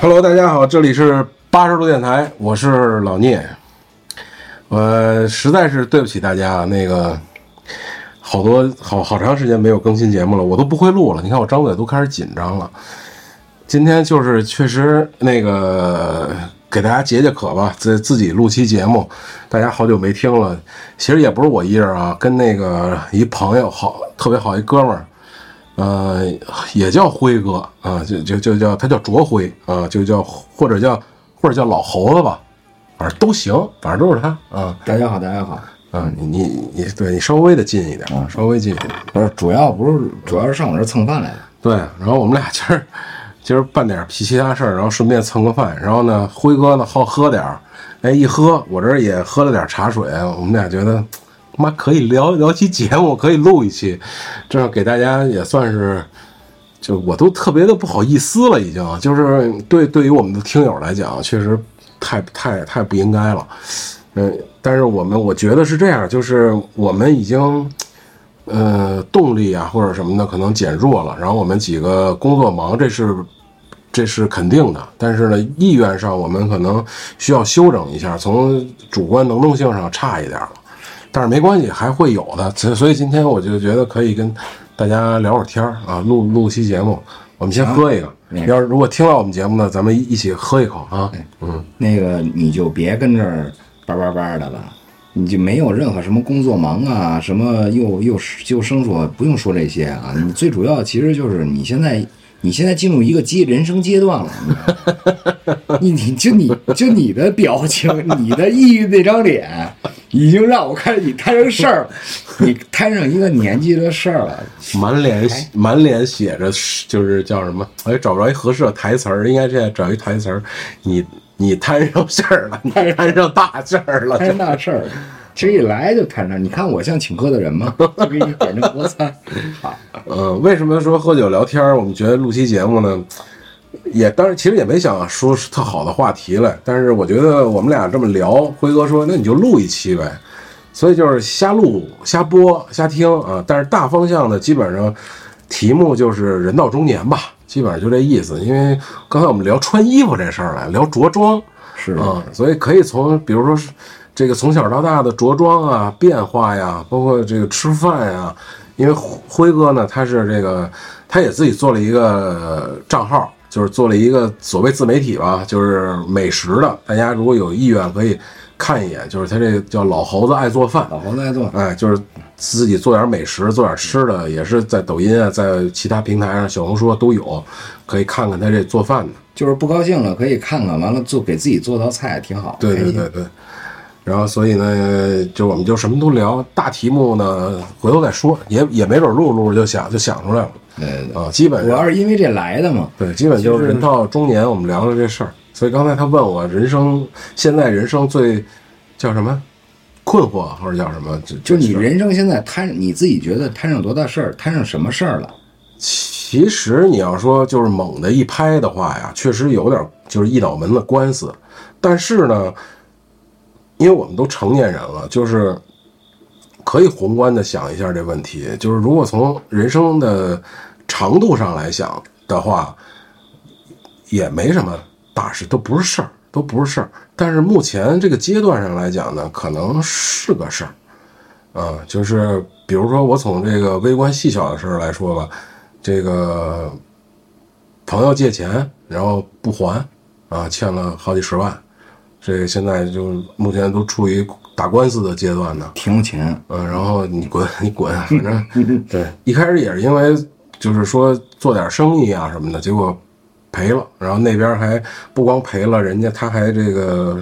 Hello，大家好，这里是八十度电台，我是老聂。呃，实在是对不起大家，啊那个好多好好长时间没有更新节目了，我都不会录了。你看我张嘴都开始紧张了。今天就是确实那个给大家解解渴吧，自自己录期节目，大家好久没听了。其实也不是我一人啊，跟那个一朋友好特别好一哥们儿，呃，也叫辉哥啊，就就就叫他叫卓辉啊，就叫或者叫或者叫老猴子吧，反正都行，反正都是他啊大家好，大家好。啊，你你你，对你稍微的近一点，啊稍微近一点。不是，主要不是，主要是上我这儿蹭饭来的。对，然后我们俩今儿今儿办点儿其他事儿，然后顺便蹭个饭。然后呢，辉哥呢好喝点儿，哎，一喝我这儿也喝了点儿茶水，我们俩觉得妈可以聊聊期节目，可以录一期，这样给大家也算是。就我都特别的不好意思了，已经就是对对于我们的听友来讲，确实太太太不应该了。嗯，但是我们我觉得是这样，就是我们已经呃动力啊或者什么的可能减弱了，然后我们几个工作忙，这是这是肯定的。但是呢，意愿上我们可能需要修整一下，从主观能动性上差一点了。但是没关系，还会有的。所以所以今天我就觉得可以跟大家聊会儿天儿啊，录录期节目。我们先喝一个，要是如果听到我们节目呢，咱们一一起喝一口啊。嗯，那个你就别跟这儿叭叭叭的了，你就没有任何什么工作忙啊，什么又又又生疏，不用说这些啊。你最主要其实就是你现在，你现在进入一个阶人生阶段了。 你知道吗你你就你就你的表情，你的抑郁那张脸，已经让我看见你摊上事儿，你摊上一个年纪的事儿了。满脸满脸写着就是叫什么？哎，找不着一合适的台词儿，应该这样找一台词儿。你你摊上事儿了，你 摊上大事儿 了，摊大事儿。其实一来就摊上，你看我像请客的人 吗？就给你点那国餐。啊，呃，为什么说喝酒聊天儿？我们觉得录期节目呢，也当然其实也没想说是特好的话题来，但是我觉得我们俩这么聊，辉哥说那你就录一期呗，所以就是瞎录、瞎播、瞎听啊。但是大方向呢，基本上题目就是人到中年吧，基本上就这意思。因为刚才我们聊穿衣服这事儿来，聊着装，是啊，所以可以从比如说是这个从小到大的着装啊、变化呀，包括这个吃饭呀，因为辉辉哥呢，他是这个他也自己做了一个账号，就是做了一个所谓自媒体吧，就是美食的，大家如果有意愿可以看一眼，就是他这个叫老猴子爱做饭，老黄在做，哎，就是自己做点美食，做点吃的，也是在抖音啊，在其他平台上，小红书啊都有，可以看看他这做饭的。就是不高兴了可以看看，完了做给自己做道菜挺好。对对开心对对。然后，所以呢，就我们就什么都聊，大题目呢，回头再说，也也没准录着录着就想就想出来了对啊。基本对，我上要是因为这来的嘛，对，基本就是人到中年，我们聊聊这事儿。所以刚才他问我人生现在人生最叫什么困惑，或者叫什么？就就你人。人生现在摊，你自己觉得摊上多大事儿，摊上什么事儿了？其实你要说就是猛的一拍的话呀，确实有点就是一脑门子官司，但是呢，因为我们都成年人了，就是可以宏观的想一下这问题，就是如果从人生的长度上来想的话，也没什么大事，都不是事儿，都不是事儿。但是目前这个阶段上来讲呢，可能是个事儿。啊，就是比如说我从这个微观细小的事儿来说吧，这个朋友借钱然后不还，啊，欠了好几十万，这个现在就目前都处于打官司的阶段呢。挺有钱，嗯，然后你滚， 你滚，啊反正对，一开始也是因为就是说做点生意啊什么的，结果赔了，然后那边还不光赔了，人家他还这个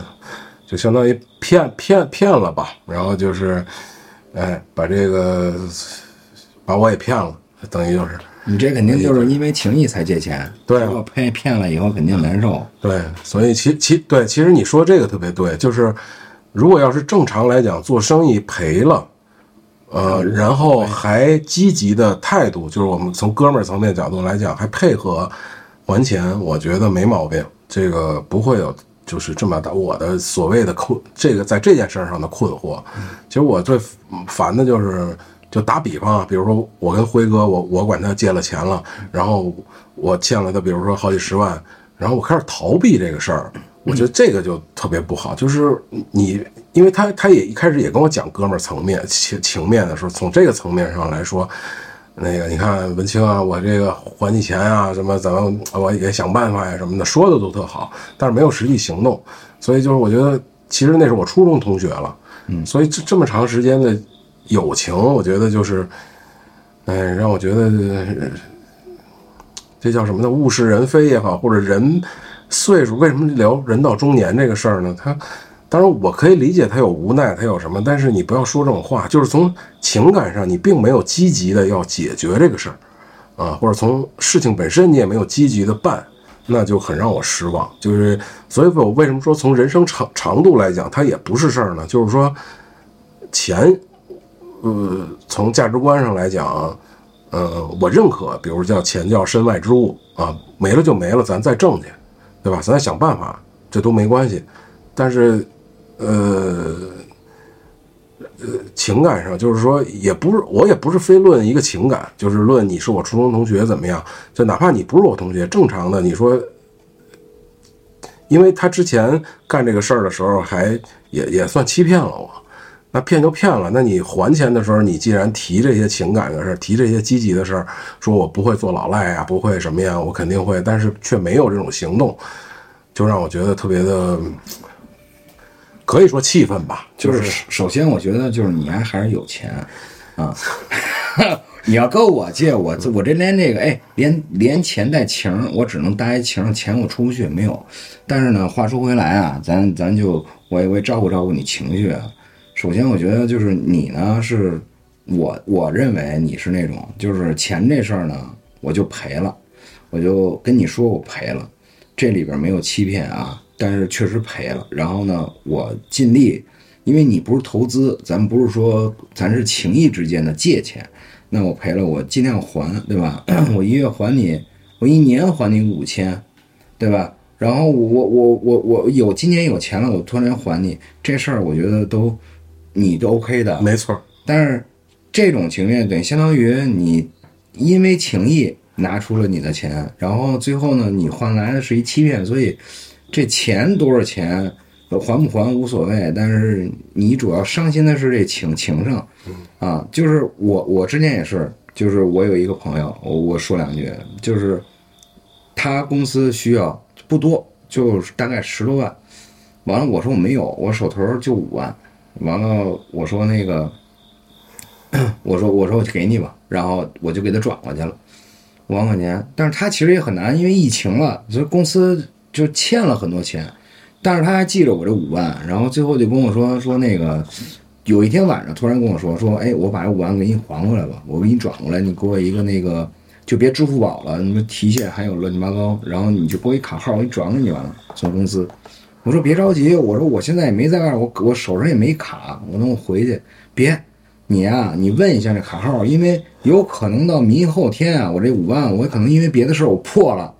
就相当于骗骗骗了吧，然后就是哎把这个把我也骗了，等于就是你这肯定就是因为情谊才借钱。对啊如果被骗了以后肯定难受。对，所以其其对，其实你说这个特别对，就是如果要是正常来讲，做生意赔了，呃，然后还积极的态度，就是我们从哥们儿层面角度来讲，还配合还钱，我觉得没毛病，这个不会有就是这么大我的所谓的困，这个在这件事儿上的困惑。其实我最烦的就是。就打比方啊，比如说我跟辉哥，我我管他借了钱了，然后我欠了他，比如说好几十万，然后我开始逃避这个事儿，我觉得这个就特别不好。就是你，因为他他也一开始也跟我讲哥们儿层面情情面的时候，从这个层面上来说，那个你看文清啊，我这个还你钱啊，什么咱们我也想办法呀什么的，说的都特好，但是没有实际行动，所以就是我觉得其实那是我初中同学了，嗯，所以这这么长时间的友情，我觉得就是，哎，让我觉得呃这叫什么呢？物是人非也好，或者人岁数为什么聊人到中年这个事儿呢？他当然我可以理解他有无奈，他有什么，但是你不要说这种话，就是从情感上你并没有积极的要解决这个事儿啊，或者从事情本身你也没有积极的办。那就很让我失望，就是，所以我为什么说从人生长长度来讲，它也不是事儿呢？就是说，钱呃，从价值观上来讲，呃，我认可，比如叫钱叫身外之物啊，没了就没了，咱再挣去，对吧？咱再想办法，这都没关系。但是，呃，呃，情感上就是说，也不是我也不是非论一个情感，就是论你是我初中同学怎么样，就哪怕你不是我同学，正常的你说因为他之前干这个事儿的时候还也也算欺骗了我，那骗就骗了。那你还钱的时候，你既然提这些情感的事儿，提这些积极的事儿，说我不会做老赖呀、不会什么呀，我肯定会，但是却没有这种行动，就让我觉得特别的，可以说气愤吧。就就是是首先，我觉得就是你还还是有钱啊。 你要跟我借，我这我这连这个哎，连连钱带情儿，我只能搭一情儿，钱我出不去没有。但是呢，话说回来啊，咱咱就我也会照顾照顾你情绪啊。首先，我觉得就是你呢，是我我认为你是那种，就是钱这事儿呢，我就赔了，我就跟你说我赔了，这里边没有欺骗啊，但是确实赔了。然后呢，我尽力，因为你不是投资，咱们不是说咱是情谊之间的借钱，那我赔了，我尽量还，对吧？ 我一月还你，我一年还你五千，对吧？然后我我我我我有今年有钱了，我突然还你这事儿，我觉得都你都 OK 的，啊没错儿，但是这种情愿等于相当于你因为情谊拿出了你的钱，然后最后呢，你换来的是一欺骗，所以这钱多少钱还不还无所谓，但是你主要伤心的是这情情上，啊，就是我我之前也是，就是我有一个朋友，我我说两句，就是他公司需要不多，就是大概十多万，完了我说我没有，我手头就五万，完了我说那个。我说我说我就给你吧，然后我就给他转过去了，五万块钱。但是他其实也很难，因为疫情了，所以公司就欠了很多钱。但是他还记着我这五万，然后最后就跟我说说那个，有一天晚上突然跟我说说，哎，我把这五万给你还回来吧，我给你转过来，你给我一个那个，就别支付宝了，什么提现还有乱七八糟，然后你就给我一卡号，我给你转给你完了，从公司。我说别着急，我说我现在也没在外，我我手上也没卡，我等我回去，别，你呀、你问一下这卡号，因为有可能到明后天啊，我这五万，我可能因为别的事儿我破了，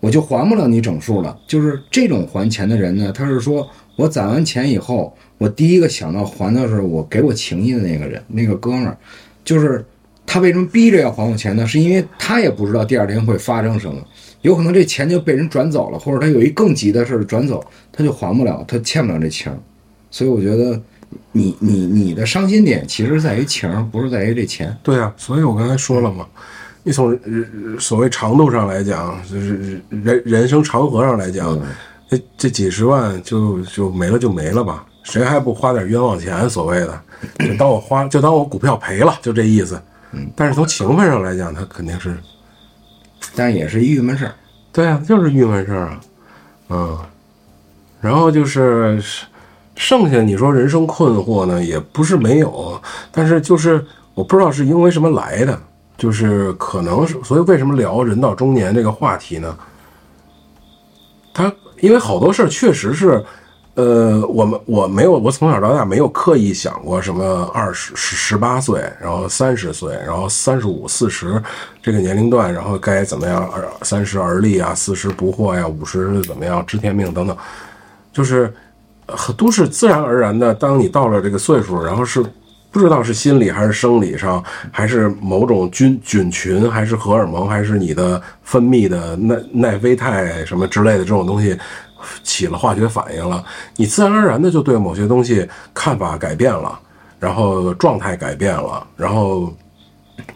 我就还不了你整数了。就是这种还钱的人呢，他是说我攒完钱以后，我第一个想到还的是我给我情谊的那个人， 那个哥们儿，就是他为什么逼着要还我钱呢？是因为他也不知道第二天会发生什么，有可能这钱就被人转走了，或者他有一更急的事儿转走，他就还不了，他欠不了这情儿。所以我觉得你你你的伤心点其实在于情儿，不是在于这钱。对啊，所以我刚才说了嘛，你从人所谓长度上来讲，就是人人生长河上来讲，这这几十万就就没了就没了吧，谁还不花点冤枉钱？所谓的，就当我花，就当我股票赔了，就这意思。但是从情分上来讲，他肯定是但也是一郁闷事儿。对啊，就是郁闷事儿啊，嗯，然后就是剩下你说人生困惑呢，也不是没有，但是就是我不知道是因为什么来的，就是可能是，所以为什么聊人到中年这个话题呢？他因为好多事儿确实是，呃，我们我没有，我从小到大没有刻意想过什么二十十十八岁，然后三十岁，然后三十五四十这个年龄段，然后该怎么样而三十而立啊，四十不惑呀、五十怎么样知天命等等，就是呃都是自然而然的。当你到了这个岁数，然后是不知道是心理还是生理上，还是某种菌菌群，还是荷尔蒙，还是你的分泌的奈奈非肽什么之类的这种东西起了化学反应了，你自然而然的就对某些东西看法改变了，然后状态改变了，然后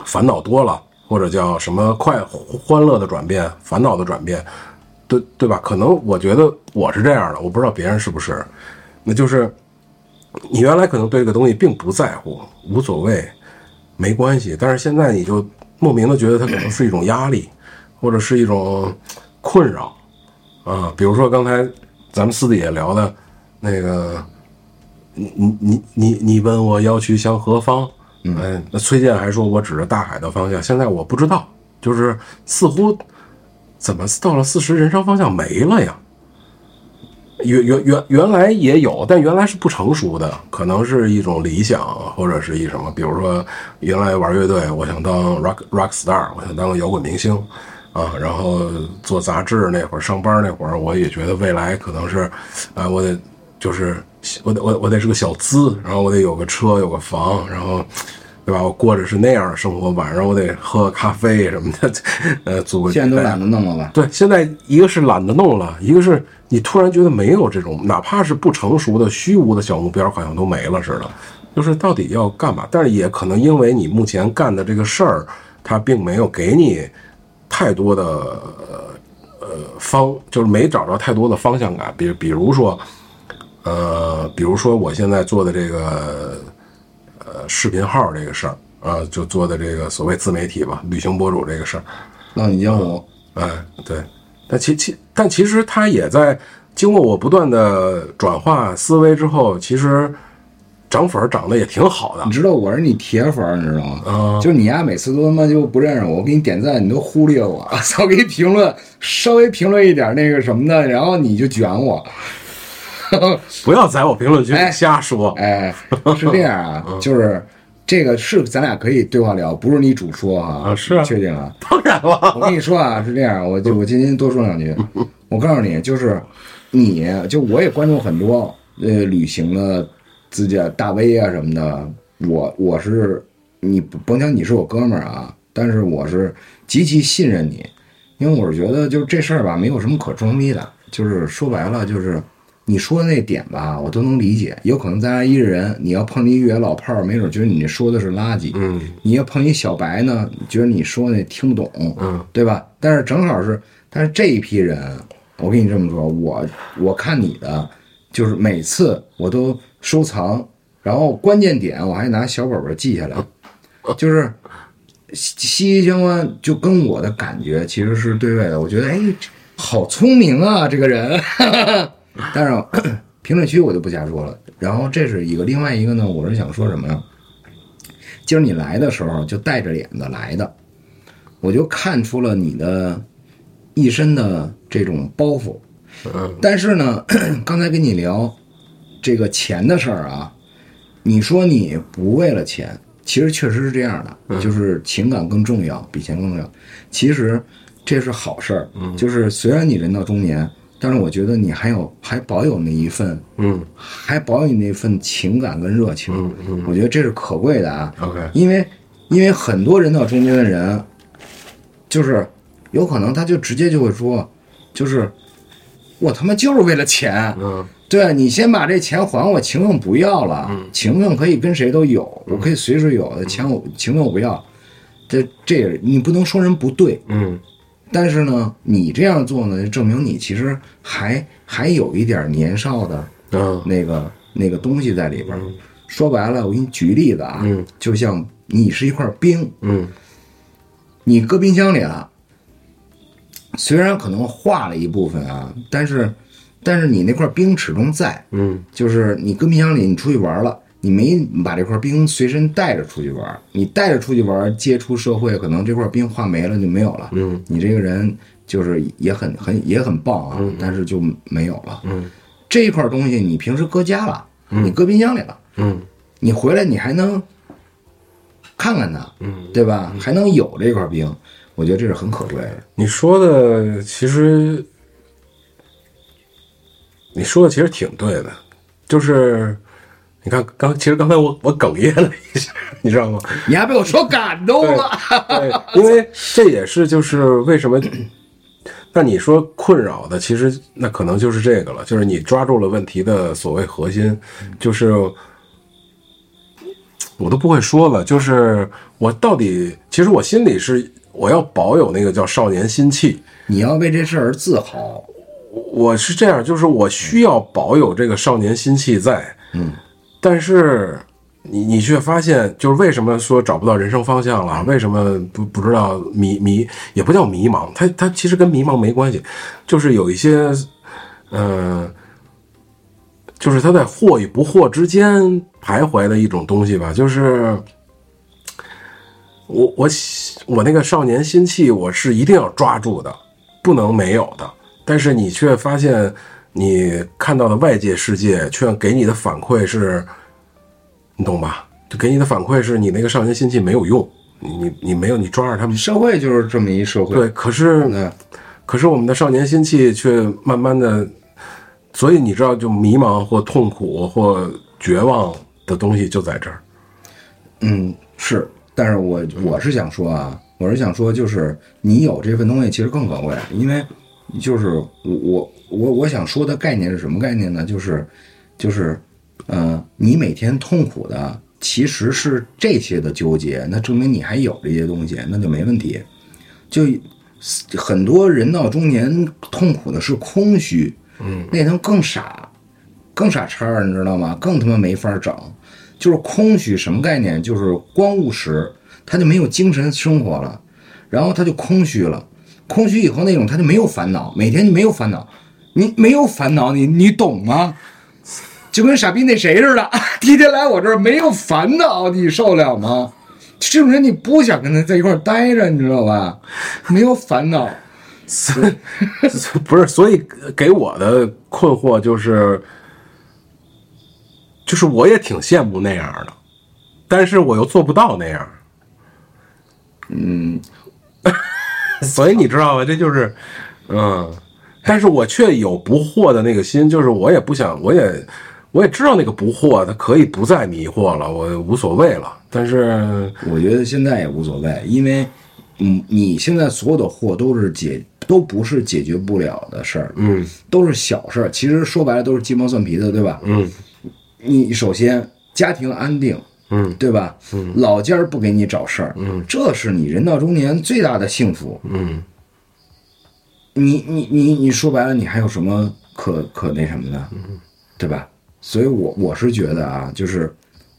烦恼多了，或者叫什么快欢乐的转变、烦恼的转变，对对吧？可能我觉得我是这样的，我不知道别人是不是，那就是你原来可能对这个东西并不在乎，无所谓，没关系，但是现在你就莫名的觉得它可能是一种压力，或者是一种困扰啊。比如说刚才咱们私底下聊的那个。你你你你你问我要去向何方？嗯，那崔健还说我指着大海的方向，现在我不知道，就是似乎怎么到了四十人生方向没了呀？原原原原来也有，但原来是不成熟的，可能是一种理想，或者是一什么，比如说原来玩乐队，我想当 rock rock star，我想当个摇滚明星啊，然后做杂志那会儿，上班那会儿，我也觉得未来可能是，啊、我得就是我得我我得是个小资，然后我得有个车有个房，然后。对吧？我过着是那样的生活，晚上我得喝个咖啡什么的，呃，组个现在都懒得弄了吧？对，现在一个是懒得弄了，一个是你突然觉得没有这种，哪怕是不成熟的、虚无的小目标，好像都没了似的。就是到底要干嘛？但是也可能因为你目前干的这个事儿，它并没有给你太多的呃方，就是没找着太多的方向感。比比如说，呃，比如说我现在做的这个呃视频号这个事儿，呃，就做的这个所谓自媒体吧，旅行博主这个事儿，那你要我哎，对，但其其但其实他也在经过我不断的转化思维之后，其实涨粉儿涨得也挺好的你。知道我是你铁粉儿，你知道吗？嗯就你丫每次都他妈就不认识我，我给你点赞你都忽略我， 操，给你评论稍微评论一点那个什么的，然后你就卷我，不要在我评论区哎瞎说。哎，是这样啊，嗯就是这个是咱俩可以对话聊，不是你主说哈、啊是啊确定啊？当然了， 我跟你说啊，是这样，我就我今天多说两句。我告诉你，就是你就我也关注很多呃旅行的自驾大 V 啊什么的。我我是你甭讲你是我哥们儿啊，但是我是极其信任你，因为我是觉得就是这事儿吧，没有什么可装逼的，就是说白了就是。你说的那点吧，我都能理解。有可能咱俩一人，你要碰着一越野老炮儿，没准觉得你说的是垃圾。嗯，你要碰一小白呢，觉得你说的那听不懂。嗯，对吧？但是正好是，但是这一批人，我跟你这么说，我我看你的，就是每次我都收藏，然后关键点我还拿小本本记下来，就是息息息相关，就跟我的感觉其实是对位的。我觉得，哎，这好聪明啊，这个人。 但是 评论区我就不瞎说了。然后这是一个，另外一个呢，我是想说什么呀？今儿你来的时候就带着脸子来的，我就看出了你的一身的这种包袱。但是呢， 刚才跟你聊这个钱的事儿啊，你说你不为了钱，其实确实是这样的，就是情感更重要，比钱更重要。其实这是好事儿，就是虽然你人到中年，但是我觉得你还有还保有那一份，嗯，还保有你那份情感跟热情，我觉得这是可贵的啊。 OK 因为因为很多人到中间的人，就是有可能他就直接就会说，就是我他妈就是为了钱，嗯，对你先把这钱还我，情分不要了，情分可以跟谁都有，我可以随时有，钱我情分我不要，这这也你不能说人不对，嗯，但是呢，你这样做呢，就证明你其实还还有一点年少的嗯那个那个东西在里边儿。说白了，我给你举例子啊，就像你是一块冰，嗯你搁冰箱里了，虽然可能化了一部分啊，但是但是你那块冰始终在，嗯就是你搁冰箱里，你出去玩了，你没把这块冰随身带着出去玩，你带着出去玩，接触社会，可能这块冰化没了就没有了。嗯，你这个人就是也很很也很棒啊，但是就没有了。嗯，这一块东西你平时搁家了，你搁冰箱里了，嗯你回来你还能看看它，嗯对吧？还能有这块冰，我觉得这是很可贵 的。你说的其实，你说的其实挺对的，就是你看刚，其实刚才我我哽咽了一下，你知道吗？你还被我说感动了。 对，因为这也是就是为什么，那你说困扰的，其实那可能就是这个了，就是你抓住了问题的所谓核心，就是我都不会说了，就是我到底，其实我心里是我要保有那个叫少年心气，你要为这事儿自豪，我是这样，就是我需要保有这个少年心气在，嗯，但是你你却发现，就是为什么说找不到人生方向了？为什么不不知道迷迷也不叫迷茫，它它其实跟迷茫没关系，就是有一些，呃，就是他在或与不或之间徘徊的一种东西吧，就是。我我喜我那个少年心气，我是一定要抓住的，不能没有的。但是你却发现，你看到的外界世界却给你的反馈是，你懂吧？就给你的反馈是你那个少年心气没有用，你你你没有你抓着他们社会就是这么一社会。对，可是嗯，可是我们的少年心气却慢慢的，所以你知道，就迷茫或痛苦或绝望的东西就在这儿。嗯，是，但是我我是想说啊，我是想说，就是你有这份东西其实更可贵，因为就是我我我我想说的概念是什么概念呢？就是就是，呃，你每天痛苦的其实是这些的纠结，那证明你还有这些东西，那就没问题。就很多人到中年痛苦的是空虚，嗯，那他妈更傻，更傻叉儿，你知道吗？更他妈没法整，就是空虚什么概念？就是光务实，他就没有精神生活了，然后他就空虚了，空虚以后那种他就没有烦恼，每天就没有烦恼，你没有烦恼，你你懂吗？就跟傻逼那谁似的， 天天来我这儿没有烦恼，你受得了吗？这种人你不想跟他在一块儿待着，你知道吧？没有烦恼， 不是，所以给我的困惑就是，就是我也挺羡慕那样的，但是我又做不到那样。嗯， 所以你知道吧？这就是，嗯，但是我却有不惑的那个心，就是我也不想，我也我也知道那个不惑，它可以不再迷惑了，我无所谓了。但是，我觉得现在也无所谓，因为，嗯，你现在所有的货都是解，都不是解决不了的事儿，嗯都是小事儿。其实说白了都是鸡毛蒜皮的，对吧？嗯你首先家庭安定，嗯，对吧？嗯，老家儿不给你找事儿，嗯，这是你人到中年最大的幸福。嗯，你你你你说白了，你还有什么可可那什么的，对吧？所以我我是觉得啊，就是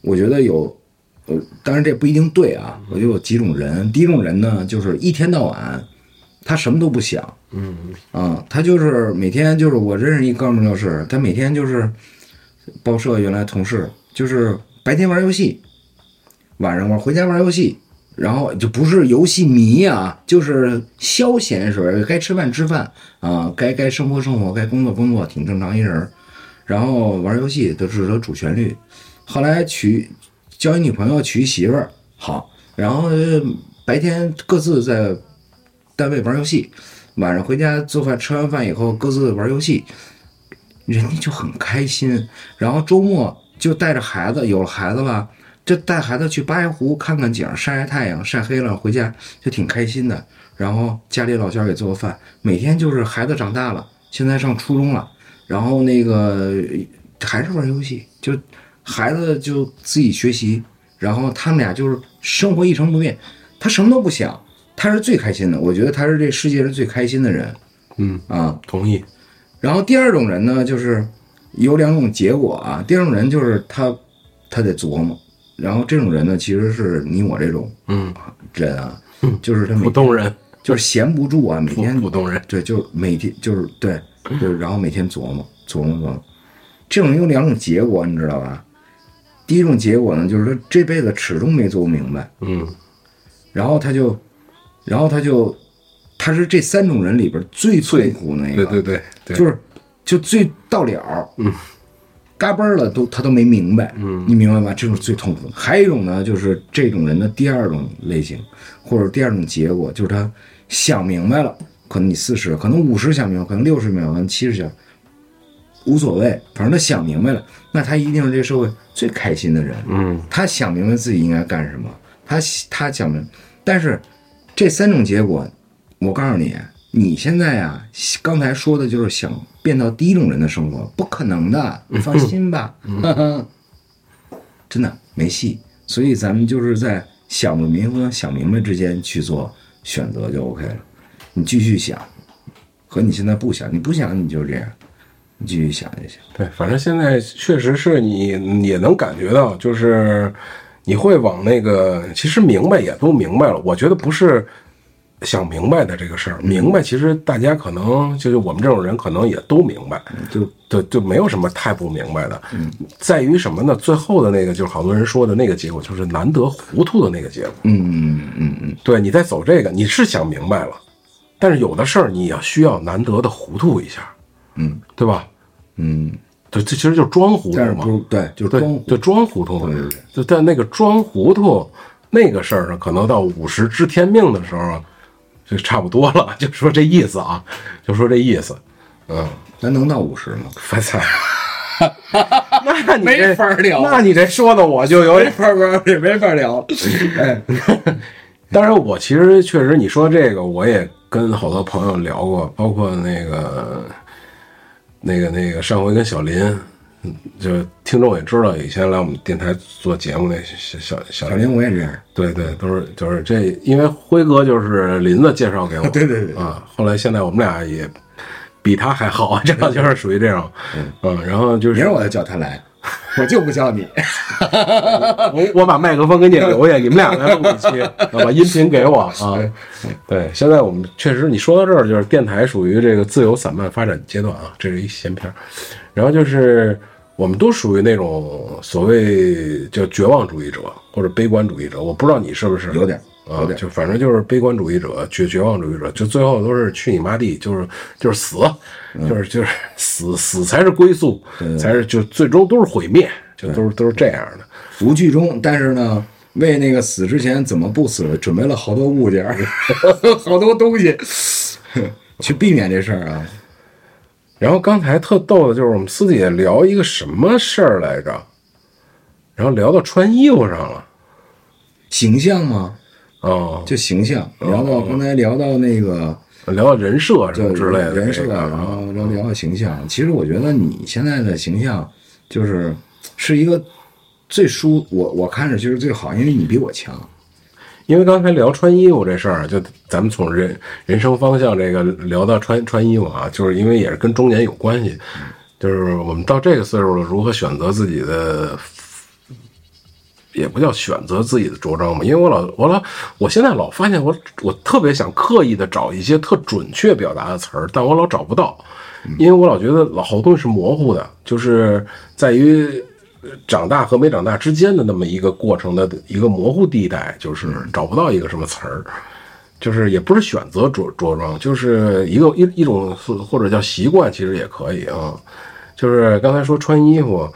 我觉得有，呃，当然这不一定对啊。我觉得有几种人，第一种人呢，就是一天到晚他什么都不想，嗯啊，他就是每天就是我认识一哥们儿，就是他每天就是报社原来同事，就是白天玩游戏，晚上玩回家玩游戏，然后就不是游戏迷啊，就是消闲时候该吃饭吃饭啊，该该生活生活，该工作工作，挺正常一人儿。然后玩游戏这是他主旋律，后来娶交一女朋友娶一媳妇儿好，然后呃白天各自在单位玩游戏，晚上回家做饭，吃完饭以后各自玩游戏，人家就很开心。然后周末就带着孩子，有了孩子了，就带孩子去八爷湖看看景儿，晒晒太阳，晒黑了回家就挺开心的。然后家里老家给做个饭，每天就是孩子长大了，现在上初中了，然后那个呃还是玩游戏，就孩子就自己学习，然后他们俩就是生活一成不变，他什么都不想，他是最开心的，我觉得他是这世界上最开心的人嗯，啊。同意。然后第二种人呢，就是有两种结果啊。第二种人就是他，他得琢磨。然后这种人呢，其实是你我这种嗯，人啊，就是他每普通人，就是闲不住啊，每普天普通人。对，就每天就是对，就是然后每天琢磨琢磨琢磨。这种有两种结果，你知道吧？第一种结果呢，就是他这辈子始终没琢磨明白，嗯然后他就，然后他就，他是这三种人里边最痛苦那个，对对对对，就是就最到了，嗯，嘎嘣儿了都他都没明白，嗯，你明白吧？这种最痛苦的。还有一种呢，就是这种人的第二种类型，或者第二种结果，就是他想明白了，可能你四十，可能五十想明白，可能六十秒，可能七十想，无所谓，反正他想明白了，那他一定是这个社会最开心的人。嗯，他想明白自己应该干什么，他他想明白，但是这三种结果，我告诉你，你现在啊，刚才说的就是想变到第一种人的生活，不可能的，你放心吧， 真的没戏。所以咱们就是在想不明和想明白之间去做选择就 OK 了。你继续想，和你现在不想，你不想你就这样，你继续想就行。对，反正现在确实是你也能感觉到，就是你会往那个，其实明白也都明白了。我觉得不是想明白的这个事儿，明白其实大家可能就是我们这种人可能也都明白，就对，就没有什么太不明白的。在于什么呢？最后的那个就是好多人说的那个结果，就是难得糊涂的那个结果。嗯嗯嗯嗯，对你在走这个，你是想明白了，但是有的事儿你也需要难得的糊涂一下，嗯，对吧？嗯，对，这其实就是装糊涂但是嘛。不对，就是对装对装糊涂嘛，就在那个装糊涂那个事儿上，可能到五十知天命的时候，啊就差不多了，就说这意思啊，就说这意思，嗯，咱能到五十吗？发财。 那你这没法聊那你这说的我就有 点。法儿，也没法聊。哎，当然，我其实确实你说这个，我也跟好多朋友聊过，包括那个那个那个上回跟小林，嗯就听众也知道，以前来我们电台做节目那小小小小林我也这样。对对，都是就是这，因为辉哥就是林子介绍给我，对对对啊，后来现在我们俩也比他还好，这样就是属于这种，嗯，然后就明是儿我就叫他来，我就不叫你。 哎我我把麦克风给你留下，你们俩来录一期，啊把音频给我啊，对，现在我们确实你说到这儿，就是电台属于这个自由散漫发展阶段啊，这是一闲篇儿，然后就是我们都属于那种所谓叫绝望主义者或者悲观主义者，我不知道你是不是有点儿啊有，点儿就反正就是悲观主义者、绝绝望主义者，就最后都是去你妈地，就是就是死，嗯就是就是死死才是归宿，才是就最终都是毁灭，就都是都是这样的。无剧中，但是呢，为那个死之前怎么不死，准备了好多物件儿， 好多东西，去避免这事儿啊。然后刚才特逗的就是我们私底下聊一个什么事儿来着，然后聊到穿衣服上了。形象嘛，哦，就形象。聊到刚才聊到那个聊到人设什对么哦之类的人这设，个啊然后然后聊到形象。其实我觉得你现在的形象就是是一个最舒，我我看着其实最好，因为你比我强。因为刚才聊穿衣服这事儿，就咱们从人人生方向这个聊到穿穿衣服啊，就是因为也是跟中年有关系，就是我们到这个岁数了，如何选择自己的，也不叫选择自己的着装吧，因为我老我老我现在老发现我我特别想刻意的找一些特准确表达的词儿，但我老找不到，因为我老觉得老好多东西是模糊的，就是在于长大和没长大之间的那么一个过程的一个模糊地带，就是找不到一个什么词儿，就是也不是选择着着装，就是一个一一种或者叫习惯，其实也可以啊。就是刚才说穿衣服，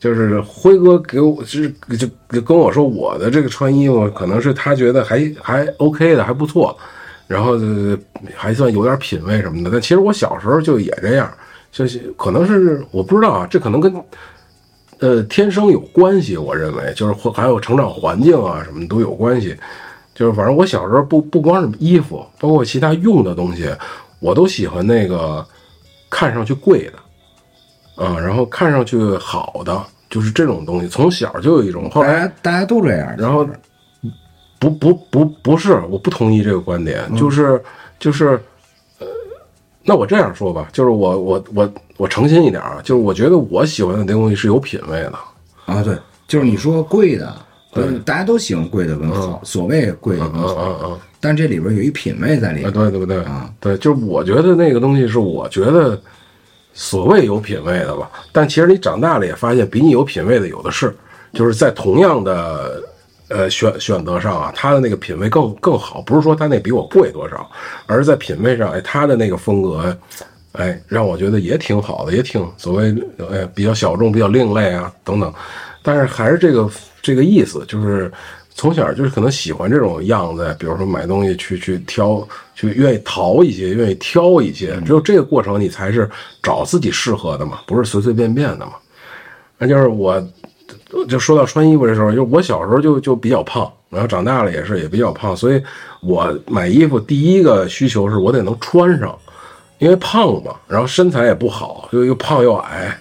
就是辉哥给我就是就就跟我说我的这个穿衣服可能是他觉得还还 OK 的，还不错，然后呃还算有点品味什么的。但其实我小时候就也这样，就是可能是我不知道啊，这可能跟呃，天生有关系，我认为就是或还有成长环境啊，什么都有关系。就是反正我小时候不不光是衣服，包括其他用的东西，我都喜欢那个看上去贵的，啊，然后看上去好的，就是这种东西，从小就有一种。后大来家大家都这样。然后不不不不是，我不同意这个观点，就是就是，呃，那我这样说吧，就是我我我我诚心一点啊，就是我觉得我喜欢的东西是有品位的，啊，对，就是你说贵的，对，大家都喜欢贵的跟好，所谓贵的跟嗯好，嗯嗯。但这里边有一品味在里啊，边。对对不对啊？对，就是我觉得那个东西是我觉得所谓有品位的吧，但其实你长大了也发现，比你有品位的有的是，就是在同样的呃选选择上啊，他的那个品味更更好，不是说他那比我贵多少，而是在品味上，哎，他的那个风格。哎，让我觉得也挺好的，也挺所谓呃比较小众、比较另类啊等等，但是还是这个这个意思，就是从小就是可能喜欢这种样子，比如说买东西去去挑，去愿意淘一些，愿意挑一些，只有这个过程你才是找自己适合的嘛，不是随随便便的嘛。那就是我，就说到穿衣服这时候，就我小时候就就比较胖，然后长大了也是也比较胖，所以我买衣服第一个需求是我得能穿上，因为胖嘛，然后身材也不好，又又胖又矮，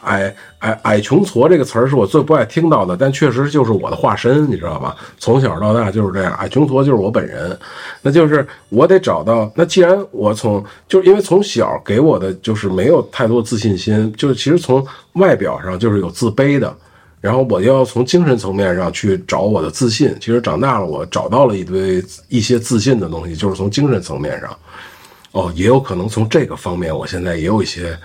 矮矮矮穷矬这个词儿是我最不爱听到的，但确实就是我的化身，你知道吧？从小到大就是这样，矮穷矬就是我本人。那就是我得找到，那既然我从就是因为从小给我的就是没有太多自信心，就是其实从外表上就是有自卑的，然后我要从精神层面上去找我的自信。其实长大了，我找到了一堆一些自信的东西，就是从精神层面上。哦，也有可能从这个方面，我现在也有一些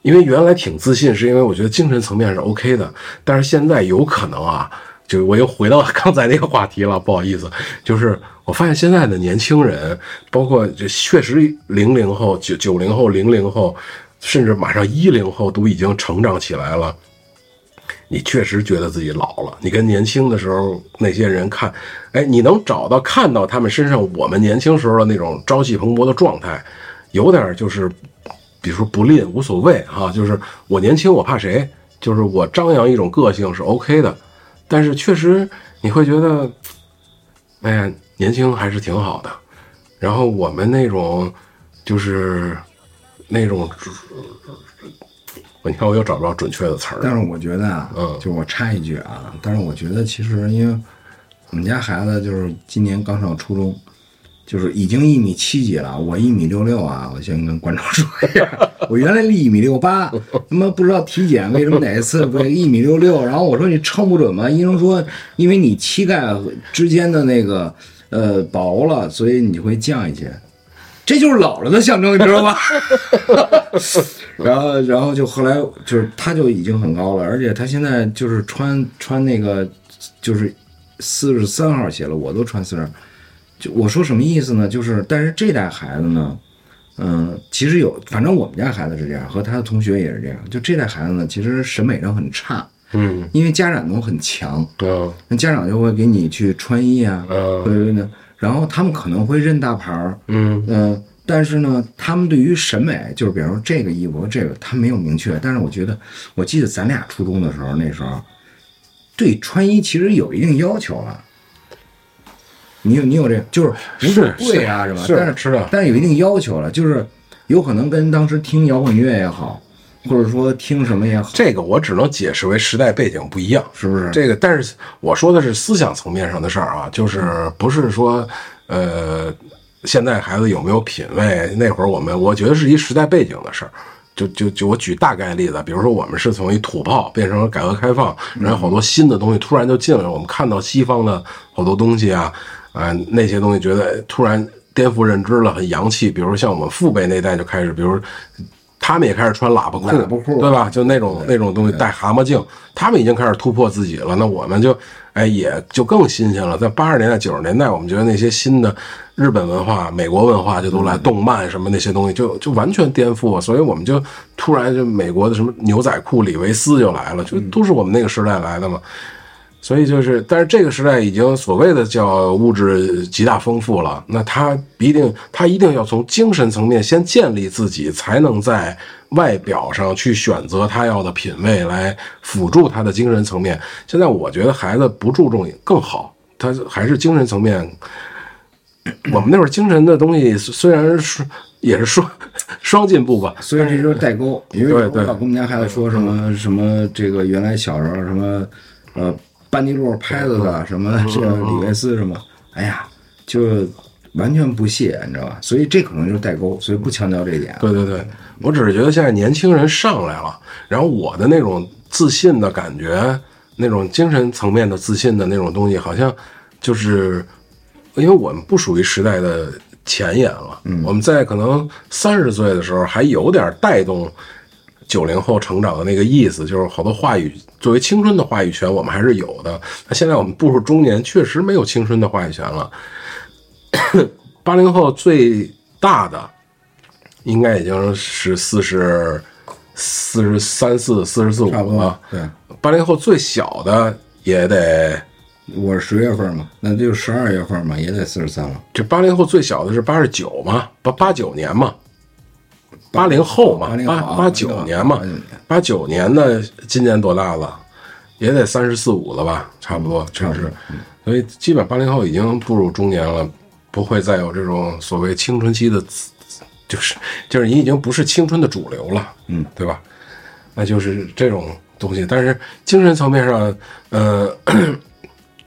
因为原来挺自信，是因为我觉得精神层面是 OK 的，但是现在有可能啊，就我又回到刚才那个话题了，不好意思，就是我发现现在的年轻人，包括这确实零零后、九九零后、零零后，甚至马上一零后都已经成长起来了。你确实觉得自己老了。你跟年轻的时候那些人看，哎，你能找到看到他们身上我们年轻时候的那种朝气蓬勃的状态，有点就是，比如说不吝无所谓哈、就是我年轻我怕谁，就是我张扬一种个性是 OK 的，但是确实你会觉得，哎呀，年轻还是挺好的。然后我们那种就是那种，你看我又找不着准确的词儿了。但是我觉得啊，嗯就我插一句啊，但是我觉得其实因为我们家孩子就是今年刚上初中，就是已经一米七几了，我一米六六啊，我先跟观众说 一下，我原来一米六八，他妈不知道体检为什么哪一次不一米六六，然后我说你称不准吗？医生说因为你膝盖之间的那个呃薄了，所以你会降一截。这就是老了的象征，你知道吗？然后，然后就后来就是他就已经很高了，而且他现在就是穿穿那个就是四十三号鞋了，我都穿四十。就我说什么意思呢？就是但是这代孩子呢，嗯，其实有，反正我们家孩子是这样，和他的同学也是这样。就这代孩子呢，其实审美上很差，嗯因为家长都很强，嗯那家长就会给你去穿衣啊，嗯或者呢，然后他们可能会认大牌儿，嗯嗯，但是呢，他们对于审美，就是比如说这个衣服，这个他没有明确。但是我觉得，我记得咱俩初中的时候，那时候对穿衣其实有一定要求了。你有你有这个，就是无所是谓啊，是吧？是但是知道但是有一定要求了，就是有可能跟当时听摇滚乐也好，或者说听什么也好，这个我只能解释为时代背景不一样，是不是？这个，但是我说的是思想层面上的事儿啊，就是不是说，呃，现在孩子有没有品位？那会儿我们，我觉得是一时代背景的事儿。就就就我举大概例子，比如说我们是从一土炮变成了改革开放，然后好多新的东西突然就进来了，我们看到西方的好多东西啊，啊、那些东西觉得哎突然颠覆认知了，很洋气。比如像我们父辈那代就开始，比如他们也开始穿喇叭裤，喇叭裤对吧？就那种那种东西，戴蛤蟆镜，他们已经开始突破自己了。那我们就，哎，也就更新鲜了。在八十年代、九十年代，我们觉得那些新的日本文化、美国文化就都来，动漫什么那些东西就就完全颠覆，所以我们就突然就美国的什么牛仔裤、李维斯就来了，就都是我们那个时代来的嘛。所以就是，但是这个时代已经所谓的叫物质极大丰富了，那他一定他一定要从精神层面先建立自己，才能在外表上去选择他要的品味来辅助他的精神层面。现在我觉得孩子不注重也更好，他还是精神层面。我们那会儿精神的东西虽虽然是也是双 双进步吧，所以这就是代沟，因为对嗯我对老跟我们家孩子说什么什么这个原来小时候什么呃班尼路拍子嗯的什么这个李维斯什么，哎呀，就完全不屑，你知道吧？所以这可能就是代沟，所以不强调这一点。啊对对对，我只是觉得现在年轻人上来了，然后我的那种自信的感觉，那种精神层面的自信的那种东西，好像就是因为我们不属于时代的前沿了，我们在可能三十岁的时候还有点带动。九零后成长的那个意思，就是好多话语作为青春的话语权，我们还是有的。那现在我们步入中年，确实没有青春的话语权了。 八零后最大的应该已经是四十四十三四、四十四五差不多了。对，八零后最小的也得我是十月份嘛，那就十二月份嘛，也得四十三了。这八零后最小的是八十九嘛，八八九年嘛，八零后嘛， 80八好八九年嘛89年，八九年的今年多大了？也得三十四五了吧，差不多，这是。所以基本八零后已经步入中年了，不会再有这种所谓青春期的自，就是就是你已经不是青春的主流了，嗯，对吧？那就是这种东西。但是精神层面上，呃，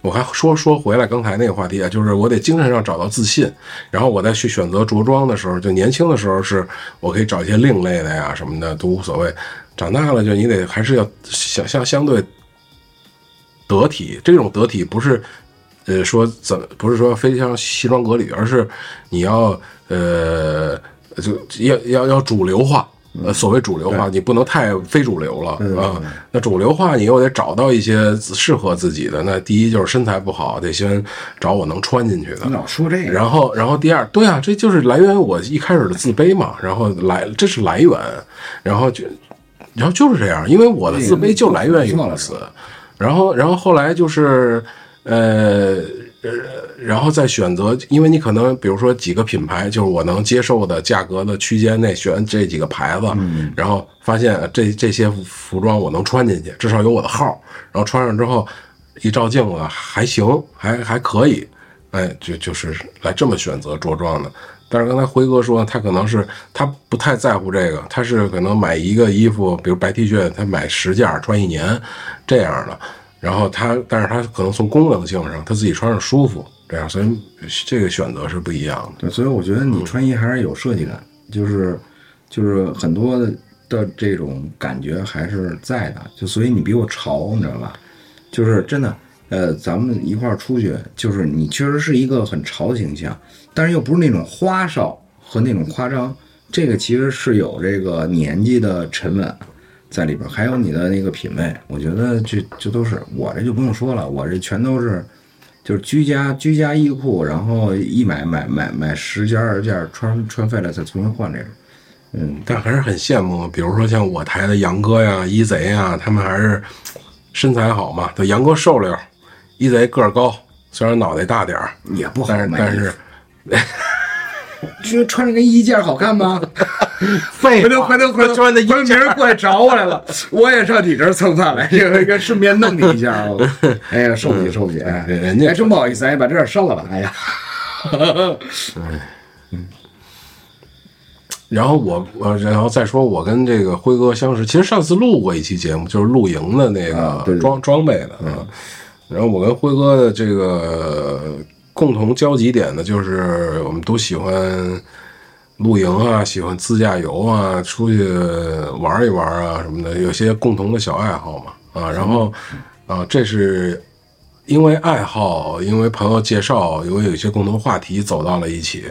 我还说说回来刚才那个话题啊，就是我得精神上找到自信，然后我再去选择着装的时候，就年轻的时候是我可以找一些另类的呀什么的都无所谓，长大了就你得还是要想象相对得体，这种得体不是。呃，说怎么不是说非常西装革履，而是你要呃，就要要要主流化。呃，所谓主流化，你不能太非主流了啊。那主流化，你又得找到一些自适合自己的。那第一就是身材不好，得先找我能穿进去的。你老说这个，然后，然后第二，对啊，这就是来源于我一开始的自卑嘛。然后来，这是来源，然后就，然后就是这样，因为我的自卑就来源于这个如此。然后，然后后来就是，呃。呃，然后再选择，因为你可能比如说几个品牌，就是我能接受的价格的区间内选这几个牌子，然后发现呃这这些服装我能穿进去，至少有我的号儿。然后穿上之后一照镜子还行，还还可以，哎，就就是来这么选择着装的。但是刚才辉哥说，他可能是他不太在乎这个，他是可能买一个衣服，比如白 T 恤，他买十件儿穿一年这样的。然后他，但是他可能从功能性上，他自己穿上舒服，这样，所以这个选择是不一样的。对，所以我觉得你穿衣还是有设计感，就是就是很多的这种感觉还是在的，就所以你比我潮，你知道吧？就是真的，呃，咱们一块儿出去，就是你确实是一个很潮的形象，但是又不是那种花哨和那种夸张，这个其实是有这个年纪的沉稳。在里边儿，还有你的那个品味，我觉得这这都是我这就不用说了，我这全都是就是居家居家衣库，然后一买买买买十件二十件，穿穿废了再重新换这种。但还是很羡慕，比如说像我台的杨哥呀、一贼呀，他们还是身材好嘛。对，杨哥瘦溜儿，一贼个儿高，虽然脑袋大点儿，也不好但是买，但是就穿着跟衣架好看吗？废回头回头回头，穿的衣回头明儿过来找我来了，我也上你这儿蹭饭来，这个这顺便弄你一下啊！哎呀，受不起受不起，哎人家哎真不好意思，哎，把这点删了吧，哎呀，然后我我然后再说，我跟这个辉哥相识，其实上次录过一期节目，就是露营的那啊对个对嗯装、装备的啊。然后我跟辉哥的这个共同交集点呢，就是我们都喜欢露营啊，喜欢自驾游啊，出去玩一玩啊什么的，有些共同的小爱好嘛啊。然后啊，这是因为爱好，因为朋友介绍，因为有一些共同话题走到了一起。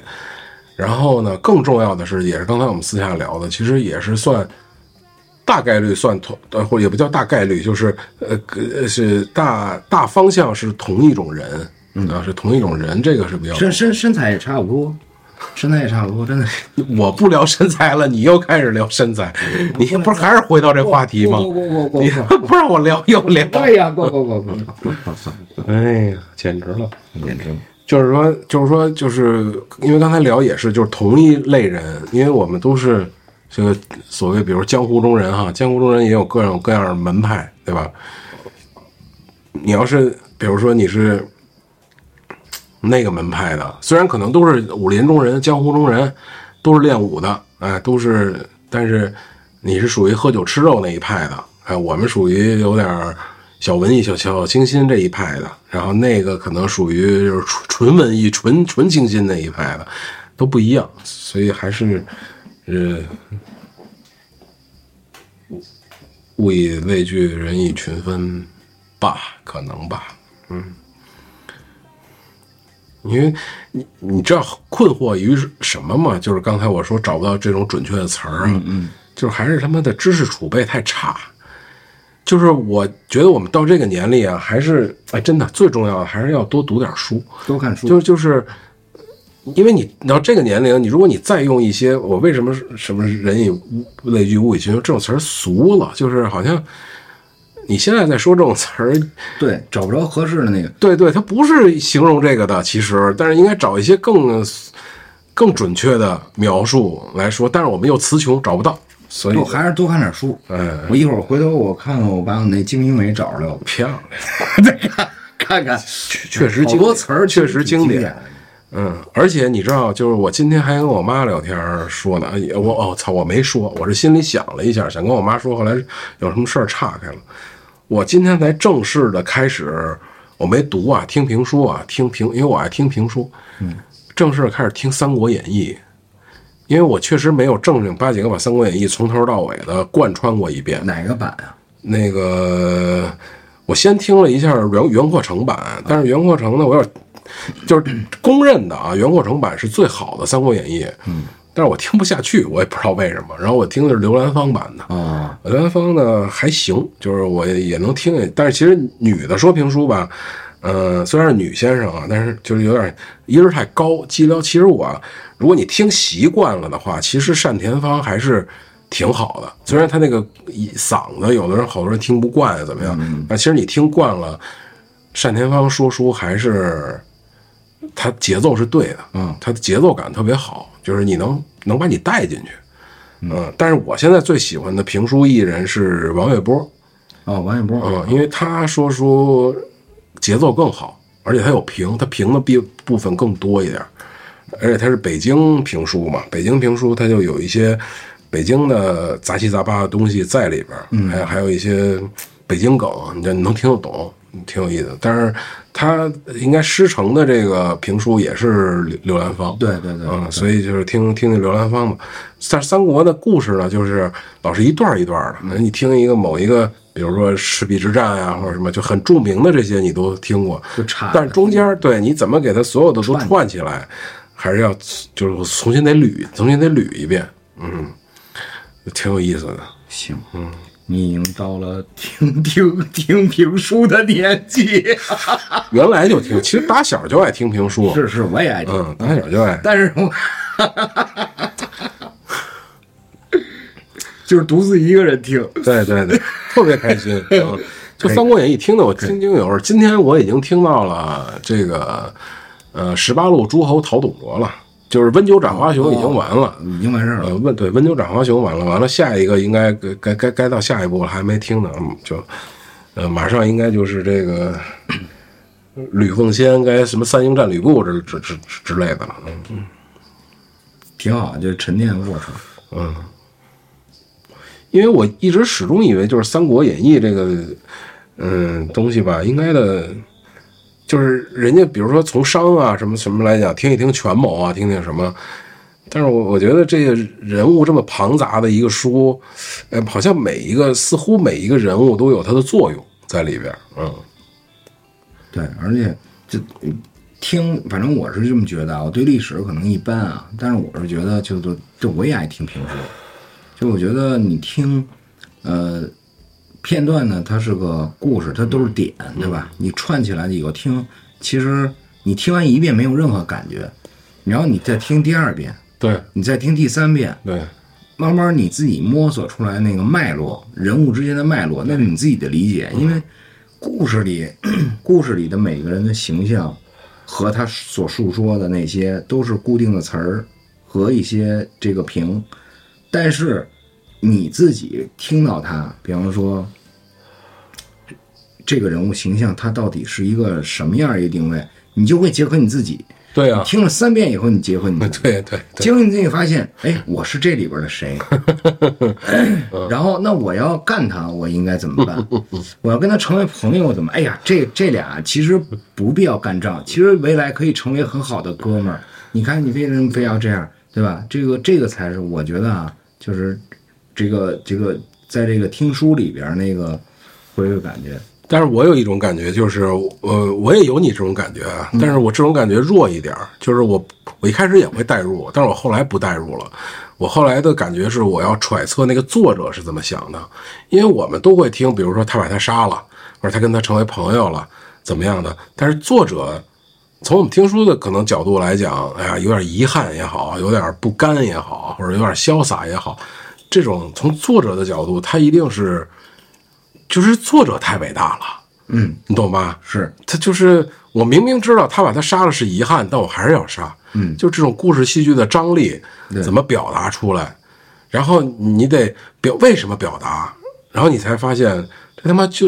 然后呢，更重要的是，也是刚才我们私下聊的，其实也是算大概率算同，呃，或者也不叫大概率，就是呃呃是大大方向是同一种人，啊，是同一种人，这个是比较。身身身材也差不多，身材也差不多，真的。我不聊身材了，你又开始聊身材，你不是还是回到这话题吗？过过过你不让我聊又聊，过，哎呀，过过过过，哎呀，简直了。眼睁。就是说，就是说，就是因为刚才聊也是，就是同一类人，因为我们都是这个所谓，比如江湖中人哈，江湖中人也有各种各样的门派，对吧？你要是比如说你是那个门派的，虽然可能都是武林中人、江湖中人，都是练武的，哎，都是，但是你是属于喝酒吃肉那一派的，哎，我们属于有点儿小文艺、小小清新这一派的，然后那个可能属于就是纯纯文艺、纯纯清新那一派的，都不一样，所以还是，呃。物以类聚，人以群分吧，可能吧，因为你你知道困惑于什么吗？就是刚才我说找不到这种准确的词儿啊，嗯就是还是他妈的知识储备太差。就是我觉得我们到这个年龄啊，还是哎，真的最重要的还是要多读点书。多看书，就就是，因为你你到这个年龄，你如果你再用一些我为什么什么人以物类聚，物以群分这种词儿俗了，就是好像你现在在说这种词儿，对，找不着合适的那个，对对，它不是形容这个的，其实，但是应该找一些更更准确的描述来说。但是我们又词穷，找不到，所以我还是多看点书。嗯，我一会儿回头我看看，我把我那《金瓶梅》找着了，漂亮，我再看看看。确确实好经多词儿确实经经典典。嗯，而且你知道，就是我今天还跟我妈聊天儿说呢，哎呀我哦操，我没说，我是心里想了一下，想跟我妈说，后来有什么事儿岔开了。我今天才正式的开始，我没读啊，听评书啊，听评，因为我爱听评书，嗯，正式地开始听《三国演义》，因为我确实没有正经八经地把《三国演义》从头到尾的贯穿过一遍。哪个版啊？那个我先听了一下袁袁阔成版，但是袁阔成呢，我有点就是公认的啊，袁阔成版是最好的《三国演义》，嗯，但是我听不下去，我也不知道为什么。然后我听的是刘兰芳版的，哦，刘兰芳呃呢还行，就是我也能听，但是其实女的说评书吧。呃，虽然是女先生啊，但是就是有点一是太高寂寥。其实我，啊如果你听习惯了的话，其实单田芳还是挺好的。虽然她那个嗓子，有的人好多人听不惯啊，怎么样？但其实你听惯了，单田芳说书还是他节奏是对的，嗯，他的节奏感特别好，就是你能能把你带进去，嗯。但是我现在最喜欢的评书艺人是王玥波，哦，王一波，嗯，因为他说书节奏更好，而且他有评，他评的部部分更多一点儿，而且他是北京评书嘛，北京评书他就有一些北京的杂七杂八的东西在里边儿，嗯还有还有一些北京梗，你这能听得懂，挺有意思。但是他应该师承的这个评书也是柳柳兰芳，对对对，嗯，所以就是听听听刘兰芳吧。但是三国的故事呢，就是老是一段儿一段儿的，那你听一个某一个，比如说赤壁之战呀、或者什么，就很著名的这些你都听过，就差但是中间儿对你怎么给它所有的都串串起来，还是要就是重新得捋，重新得捋一遍，嗯，挺有意思的。行，嗯，你已经到了听听听评书的年 纪。原来就听，其实打小就爱听评书，是是，我也爱听，嗯，打小就爱。 但是我 就是独自一个人听。 对对对，特别开 心。嗯就《三国演义》听得我津津有味儿。今天我已经听到了这个，呃，十八路诸侯讨董卓了，就是温酒斩华雄已经完了。嗯已经完事儿了，呃，温对温酒斩华雄完了，完了下一个应该该该该该到下一步了，还没听呢，嗯就，呃，马上应该就是这个 吕奉先该什么三英战吕布之之之之类的了。嗯挺好，就是沉淀的过程。因为我一直始终以为就是《三国演义》这个嗯东西吧，应该的，就是人家比如说从商啊什么什么来讲，听一听权谋啊，听听什么。但是我我觉得这个人物这么庞杂的一个书，呃，好像每一个似乎每一个人物都有它的作用在里边儿，嗯，对，而且就听，反正我是这么觉得啊。我对历史可能一般啊，但是我是觉得就，就就我也爱听评书。就我觉得你听，呃，片段呢，它是个故事，它都是点，对吧？你串起来以后听，其实你听完一遍没有任何感觉，然后你再听第二遍，对你再听第三遍，对慢慢你自己摸索出来那个脉络，人物之间的脉络，那是你自己的理解。因为故事里， 故事里的每个人的形象和他所述说的那些都是固定的词儿和一些这个评，但是你自己听到他，比方说这个人物形象，他到底是一个什么样儿一个定位，你就会结合你自己。 对啊，听了三遍以后，你结合你自己。对对对，结果你自己发现，哎， 我是这里边的谁？嗯然后那我要干他，我应该怎么办？我要跟他成为朋友怎么？哎呀，这这俩其实不必要干仗，其实未来可以成为很好的哥们儿。你看你为什么非要这样，对吧？这个这个才是我觉得啊，就是这个这个在这个听书里边那个会有感觉，但是我有一种感觉，就是呃，我也有你这种感觉，啊，但是我这种感觉弱一点儿，就是我我一开始也会代入，但是我后来不代入了。我后来的感觉是，我要揣测那个作者是怎么想的，因为我们都会听，比如说他把他杀了，或者他跟他成为朋友了，怎么样的。但是作者从我们听书的可能角度来讲，哎呀，有点遗憾也好，有点不甘也好，或者有点潇洒也好，这种从作者的角度，他一定是就是作者太伟大了，嗯，你懂吧？是他就是我明明知道他把他杀了是遗憾，但我还是要杀。嗯，就这种故事戏剧的张力怎么表达出来？然后你得表为什么表达？然后你才发现这他妈就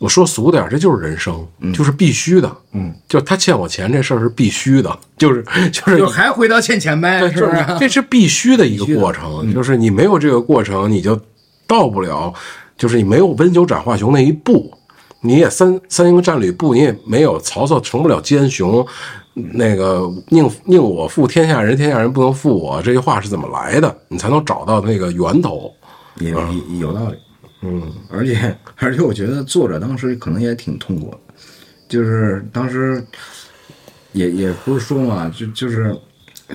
我说俗点儿，这就是人生，就是必须的。嗯，就他欠我钱这事儿是必须的，就是就是就还回到欠钱呗，对，是不？就是你这是必须的一嗯个过程，就是你没有这个过程，你就到不了，就是你没有温酒斩华雄那一步，你也三三英战吕布，你也没有曹操成不了奸雄，那个宁宁我负天下人，天下人不能负我，这句话是怎么来的？你才能找到那个源头。也也有道理，啊嗯，而且而且我觉得作者当时可能也挺痛苦的，就是当时也也不是说嘛，就就是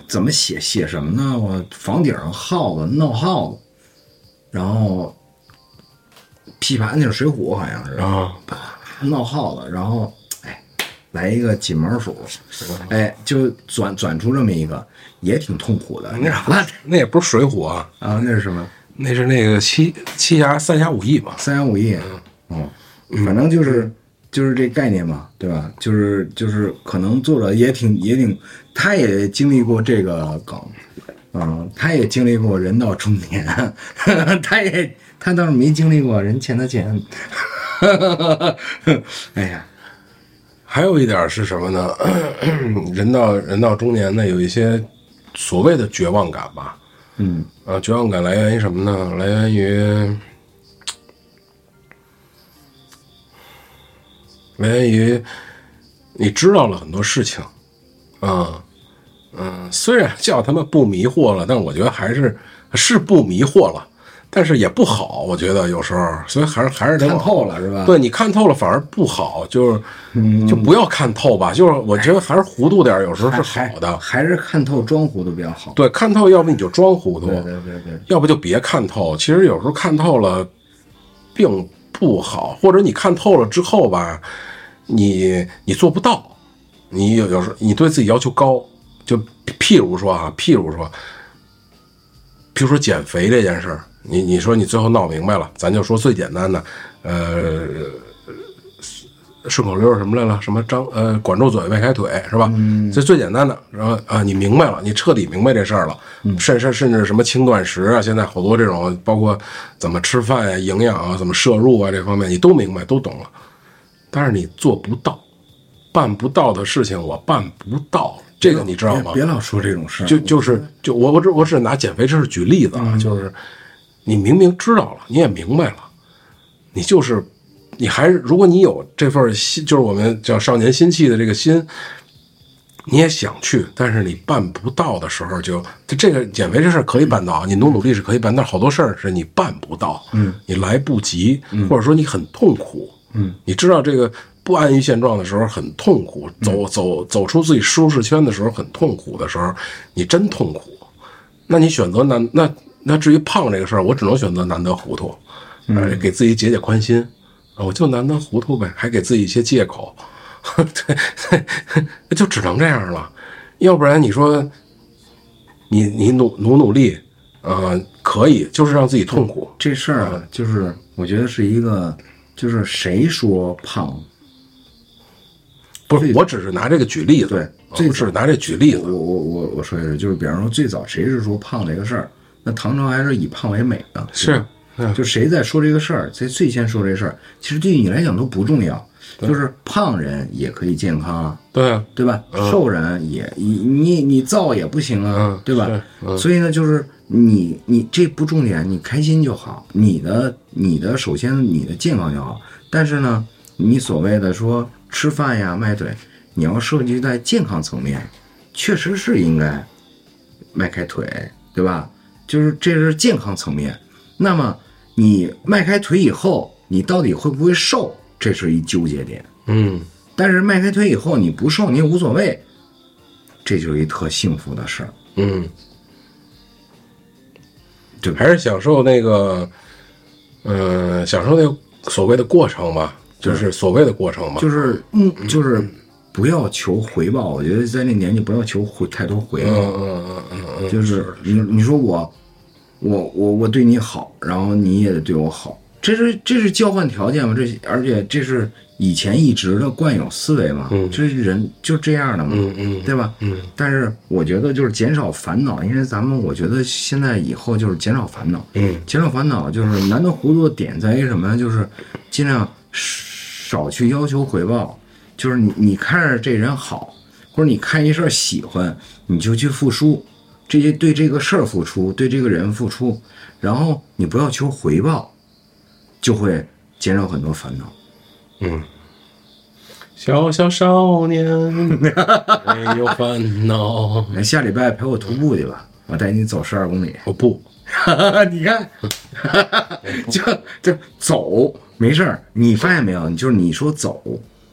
怎么写写什么呢？我房顶上耗子闹耗子，然后批判那是《水浒》好像是，然后闹耗子，然后哎，来一个紧门斧，哎，就转转出这么一个，也挺痛苦的，你知道吧？那也不是水浒啊， 啊，那是什么？那是那个七七侠三侠五义嘛。三幺五一，嗯，反正就是就是这概念嘛，对吧？就是就是可能作者也挺也挺，他也经历过这个梗，嗯，他也经历过人到中年， 他也他倒是没经历过人欠他钱， 哎呀，还有一点是什么呢？ 人到人到中年呢，有一些所谓的绝望感吧。嗯，啊，绝望感来源于什么呢？来源于，来源于你知道了很多事情，啊，嗯，虽然叫他们不迷惑了，但我觉得还是是不迷惑了，但是也不好，我觉得有时候，所以还是还是得看往透了是吧？嗯对你看透了反而不好，就是、就不要看透吧。就是我觉得还是糊涂点儿，有时候是还，好的。还是看透装糊涂比较好。对，看透，要不你就装糊涂，对对对对，要不就别看透。其实有时候看透了，并不好，或者你看透了之后吧，你你做不到，你有有时候你对自己要求高，就譬如说啊，譬如说，譬如说减肥这件事儿，你你说你最后闹明白了，咱就说最简单的，呃，顺口溜儿什么来了？什么张呃管住嘴，迈开腿是吧？这最简单的。然后啊，你明白了，你彻底明白这事儿了。甚甚甚至什么轻断食啊，现在好多这种，包括怎么吃饭呀、营养啊、怎么摄入啊这方面，你都明白，都懂了。但是你做不到，办不到的事情，我办不到，这个你知道吗？别老说这种事儿，就就是就我我只我只拿减肥这事举例子啊，就是你明明知道了，你也明白了，你就是你还是如果你有这份心，就是我们叫少年心气的这个心，你也想去，但是你办不到的时候就，就这个减肥这事儿可以办到，你努努力是可以办，但是好多事儿是你办不到，嗯，你来不及，或者说你很痛苦，嗯，你知道这个不安于现状的时候很痛苦，走走走出自己舒适圈的时候很痛苦的时候，你真痛苦，那你选择难那那至于胖这个事儿，我只能选择难得糊涂，呃，给自己解解宽心，啊，我就难得糊涂呗，还给自己一些借口， 对，对 就只能这样了，要不然你说你你努努努力，呃，可以，就是让自己痛苦，这事儿啊，就是我觉得是一个，就是谁说胖不是，我只是拿这个举例子，对啊我最只是拿这举例我子，我我我说一句，就是比方说最早谁是说胖这个事儿，那唐朝还是以胖为美的，是，嗯就谁在说这个事儿，谁最先说这事儿，其实对你来讲都不重要，就是胖人也可以健康啊，对啊，对吧？瘦人也你你你造也不行啊嗯，对吧？所以呢，就是你你这不重点，你开心就好。你的你的首先你的健康就好，但是呢，你所谓的说吃饭呀、迈腿，你要涉及在健康层面，确实是应该迈开腿，对吧？就是这是健康层面。那么你迈开腿以后，你到底会不会瘦，这是一纠结点。嗯，但是迈开腿以后你不瘦你也无所谓，这就是一特幸福的事儿。嗯，对还是享受那个，嗯，享受那个所谓的过程吧，就是所谓的过程吧。就是嗯，就是不要求回报。我觉得在那年纪不要求回太多回嗯报，嗯嗯嗯嗯，就是你你说我我我我对你好，然后你也得对我好，这是这是交换条件吗？这而且这是以前一直的惯有思维嘛，嗯这是人就这样的嘛，嗯嗯对吧？嗯，但是我觉得就是减少烦恼，因为咱们我觉得现在以后就是减少烦恼，嗯减少烦恼就是难得糊涂的点在于什么呀？就是尽量少去要求回报，就是你你看着这人好，或者你看一事儿喜欢，你就去付出，这些对这个事儿付出，对这个人付出，然后你不要求回报，就会减少很多烦恼。嗯，小小少年没有烦恼，来，哎下礼拜陪我徒步去吧，我带你走十二公里。我不， 你看，就就走没事儿。你发现没有？你就是你说走，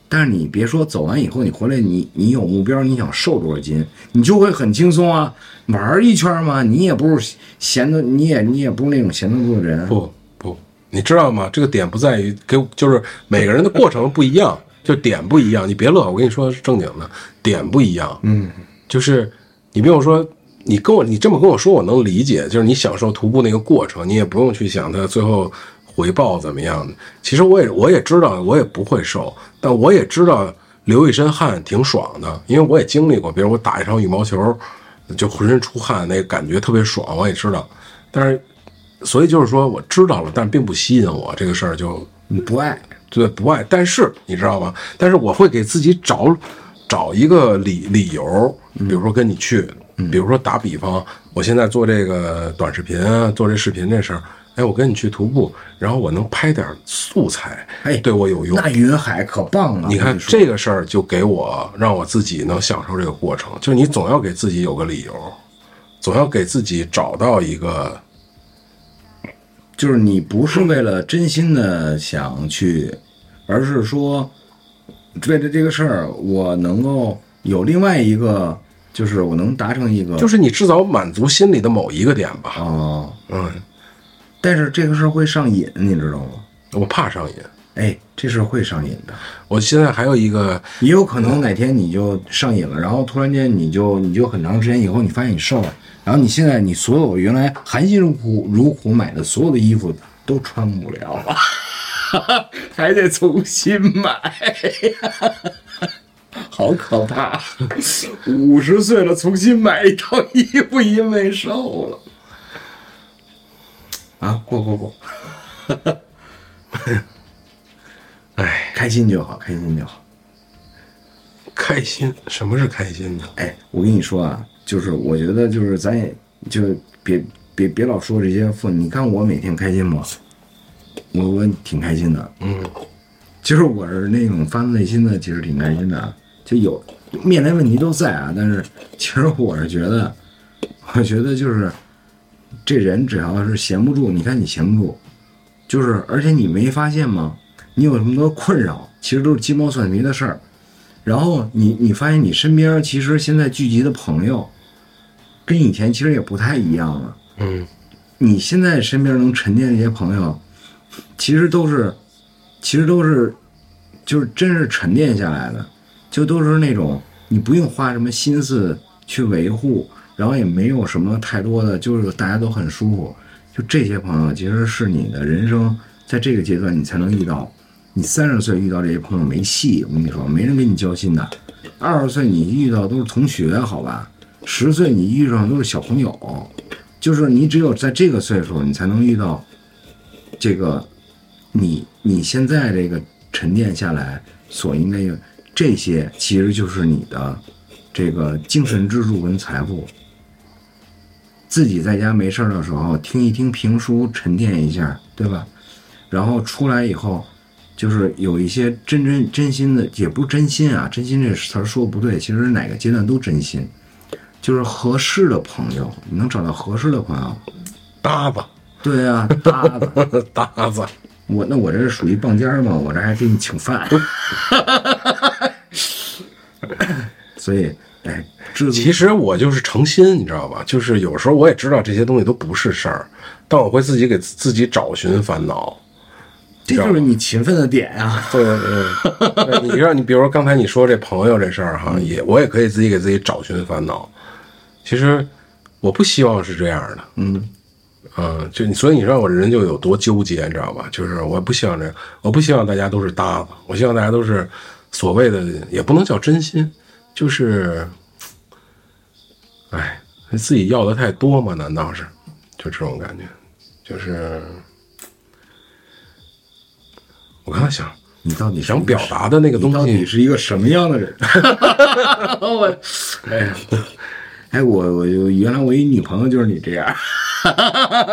但是你别说走完以后你回来你你有目标，你想瘦多少斤，你就会很轻松啊。玩儿一圈嘛，你也不是闲的，你也你也不是那种闲得住的人。不不，你知道吗？这个点不在于给，就是每个人的过程不一样，就点不一样。你别乐，我跟你说是正经的，点不一样。嗯，就是你别跟我说，你跟我你这么跟我说，我能理解。就是你享受徒步那个过程，你也不用去想它最后回报怎么样的。其实我也我也知道，我也不会瘦，但我也知道流一身汗挺爽的，因为我也经历过，比如我打一场羽毛球，就浑身出汗，那个感觉特别爽，我也知道。但是所以就是说，我知道了，但并不吸引我这个事儿就你不爱，对不爱。但是你知道吗？但是我会给自己找找一个理理由，嗯比如说跟你去，比如说打比方，我现在做这个短视频啊，做这视频这事儿，哎，我跟你去徒步，然后我能拍点素材，哎对我有用。那云海可棒了。你我跟看说这个事儿就给我让我自己能享受这个过程，就是你总要给自己有个理由，总要给自己找到一个就是你不是为了真心的想去，而是说为了这个事儿，我能够有另外一个，就是我能达成一个，就是你至少满足心里的某一个点吧。哦，嗯，但是这个事儿会上瘾，你知道吗？我怕上瘾。哎，这事儿会上瘾的，我现在还有一个，也有可能哪天你就上瘾了，然后突然间你就你就很长时间以后，你发现你瘦了，然后你现在你所有原来含辛茹苦茹苦买的所有的衣服都穿不了了， 还得重新买，好可怕！五十岁了，重新买一套衣服，因为瘦了。啊，过过过，哎，开心就好，开心就好。开心。什么是开心呢？哎，我跟你说啊，就是我觉得就是咱也就别别别老说这些负，你看我每天开心吗？我我挺开心的，嗯，其实我是那种发自内心的，其实挺开心的啊。就有面临问题都在啊，但是其实我是觉得，我觉得就是这人只要是闲不住，你看你闲不住，就是而且你没发现吗？你有这么多困扰，其实都是鸡毛蒜皮的事儿。然后你你发现你身边其实现在聚集的朋友，跟以前其实也不太一样了。嗯，你现在身边能沉淀这些朋友，其实都是，其实都是，就是真是沉淀下来的，就都是那种你不用花什么心思去维护，然后也没有什么太多的，就是大家都很舒服。就这些朋友，其实是你的人生在这个阶段你才能遇到。你三十岁遇到这些朋友没戏，我跟你说，没人跟你交心的。二十岁你遇到都是同学，好吧？十岁你遇上都是小朋友，就是你只有在这个岁数，你才能遇到这个你你现在这个沉淀下来所应该有这些，其实就是你的这个精神支柱跟财富。自己在家没事儿的时候听一听评书，沉淀一下，对吧？然后出来以后，就是有一些真真真心的，也不是真心啊，真心这词儿说不对，其实哪个阶段都真心，就是合适的朋友，你能找到合适的朋友，搭子，对啊，搭子。 搭子，我那我这是属于棒尖儿嘛，我这还给你请饭， 所以哎，知足其实我就是诚心，你知道吧？就是有时候我也知道这些东西都不是事儿，但我会自己给自自己找寻烦恼。这就是你勤奋的点啊。对对对，对你让你比如说刚才你说这朋友这事儿哈，也我也可以自己给自己找寻烦恼。其实我不希望是这样的，嗯，嗯，就你，所以你知道我这人就有多纠结，你知道吧？就是我不希望这样，我不希望大家都是搭子，我希望大家都是所谓的，也不能叫真心，就是，哎，自己要的太多嘛？难道是？就这种感觉，就是我刚才想你到底是想表达的那个你东到底西，是一个什么样的人？我，哎呀，哎，我我就原来我一女朋友就是你这样，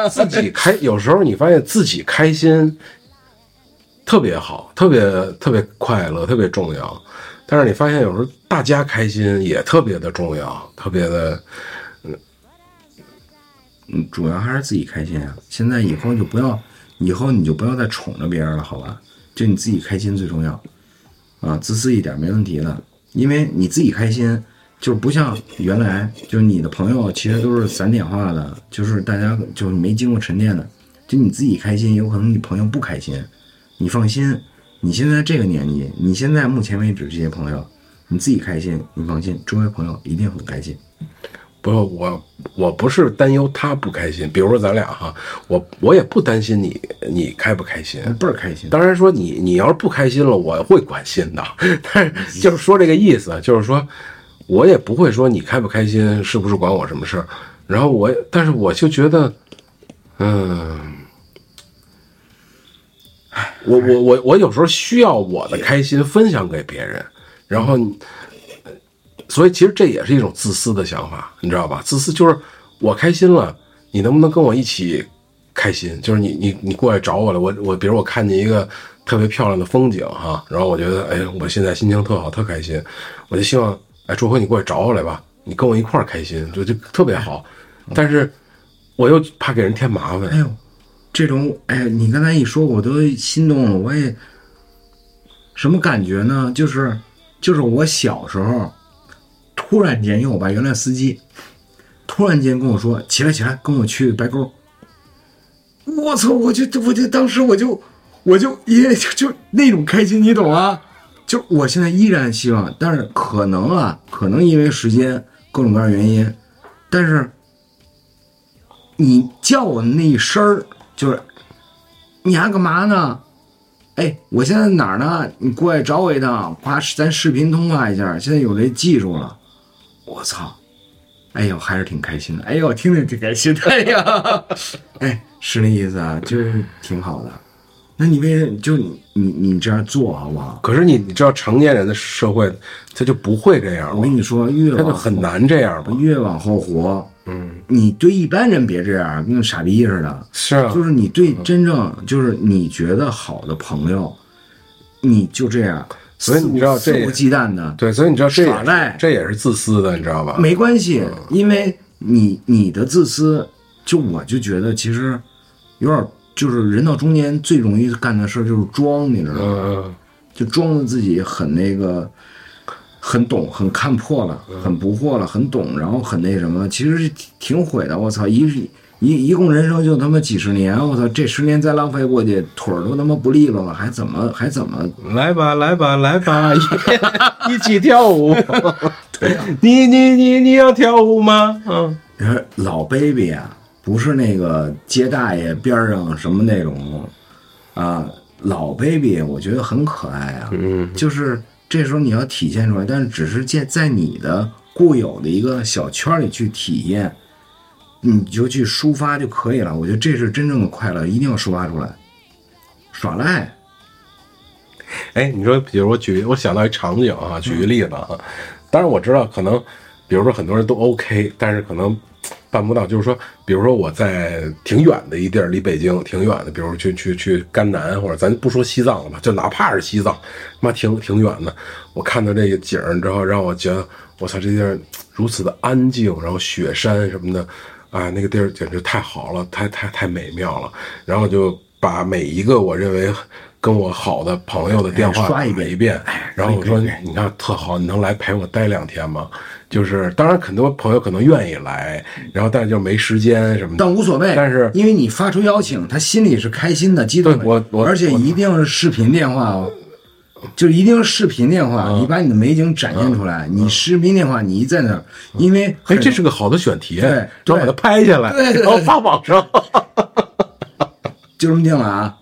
自己开，有时候你发现自己开心特别好，特别特别快乐，特别重要。但是你发现有时候大家开心也特别的重要，特别的嗯，主要还是自己开心啊。现在以后就不要，以后你就不要再宠着别人了，好吧？就你自己开心最重要，啊，自私一点没问题的，因为你自己开心，就是不像原来，就是你的朋友其实都是散点化的，就是大家就是没经过沉淀的，就你自己开心，有可能你朋友不开心，你放心，你现在这个年纪，你现在目前为止这些朋友，你自己开心，你放心，周围朋友一定很开心。不是我，我不是担忧他不开心。比如说咱俩哈，我我也不担心你你开不开心，倍儿开心，当然说你你要是不开心了，我会关心的。 但是就是说这个意思，就是说我也不会说你开不开心，是不是管我什么事儿。然后我，但是我就觉得，嗯，我我我我有时候需要我的开心分享给别人，然后你，所以其实这也是一种自私的想法，你知道吧？自私就是我开心了，你能不能跟我一起开心？就是你你你过来找我了，我我比如我看见一个特别漂亮的风景哈、然后我觉得哎，我现在心情特好，特开心，我就希望哎，周辉你过来找我来吧，你跟我一块儿开心，就就特别好。但是我又怕给人添麻哎烦，呦，这种哎，你刚才一说，我都心动了。我也什么感觉呢？就是就是我小时候，突然间，因为我爸原来司机，突然间跟我说：“起来起来，跟我去白沟。”我操！我就我就当时我就我就因为就就那种开心，你懂啊？就我现在依然希望，但是可能啊，可能因为时间各种各样原因，但是你叫我那一声儿，就是你还干嘛呢？哎，我现在哪儿呢？你过来找我一趟，夸咱视频通话一下。现在有这技术了，我操！哎呦，还是挺开心的。哎呦，听着挺开心的。 哎呀，哎，是那意思啊，就是挺好的。那你为什就你你你这样做好不好？可是你你知道成年人的社会他就不会这样我跟了，你说，越他就往很难这样吧？越往后活，嗯，你对一般人别这样，跟傻逼似的。是啊，就是你对真正就是你觉得好的朋友，你就这样，所以你知道肆这无忌惮的，对，所以你知道这也耍赖这也是自私的，你知道吧？没关系，嗯因为你你的自私，就我就觉得其实有点就是人到中年最容易干的事儿就是装，你知道吗？嗯，就装的自己很那个，很懂，很看破了，很不惑了，很懂，然后很那什么，其实是挺挺毁的。我操，一一一共人生就他妈几十年，我操，这十年再浪费过去，腿儿都他妈不利落了，还怎么还怎么？来吧，来吧，来 吧，一一起跳 舞。啊你你你你要跳舞吗？嗯，你说老 baby 啊，不是那个街大爷边儿上什么那种，啊，老 baby 我觉得很可爱啊，嗯，就是这时候你要体现出来，但是只是在在你的固有的一个小圈儿里去体验，你就去抒发就可以了。我觉得这是真正的快乐，一定要抒发出来，耍赖。哎，你说，比如我举，我想到一场景啊，举个例子啊。当然我知道，可能比如说很多人都 OK，但是可能办不到。就是说，比如说我在挺远的一地儿，离北京挺远的，比如去去去甘南，或者咱不说西藏了吧，就哪怕是西藏，妈挺挺远的。我看到这个景儿之后，让我觉得我操，这地儿如此的安静，然后雪山什么的，啊，那个地儿简直太好了，太太太美妙了。然后就把每一个我认为跟我好的朋友的电话哎刷一打遍一遍，然后我说可以可以：“你看特好，你能来陪我待两天吗？”就是，当然很多朋友可能愿意来，嗯然后但是就没时间什么的。但无所谓，但是因为你发出邀请，他心里是开心的、激动的，对我我而且一定是视频电话哦。就一定要视频电话，嗯你把你的美景展现出来。你视频电话，你一在那儿，因为哎，很这是个好的选题，对然后把它拍下来，对对对然后发网上。 就这么定了啊。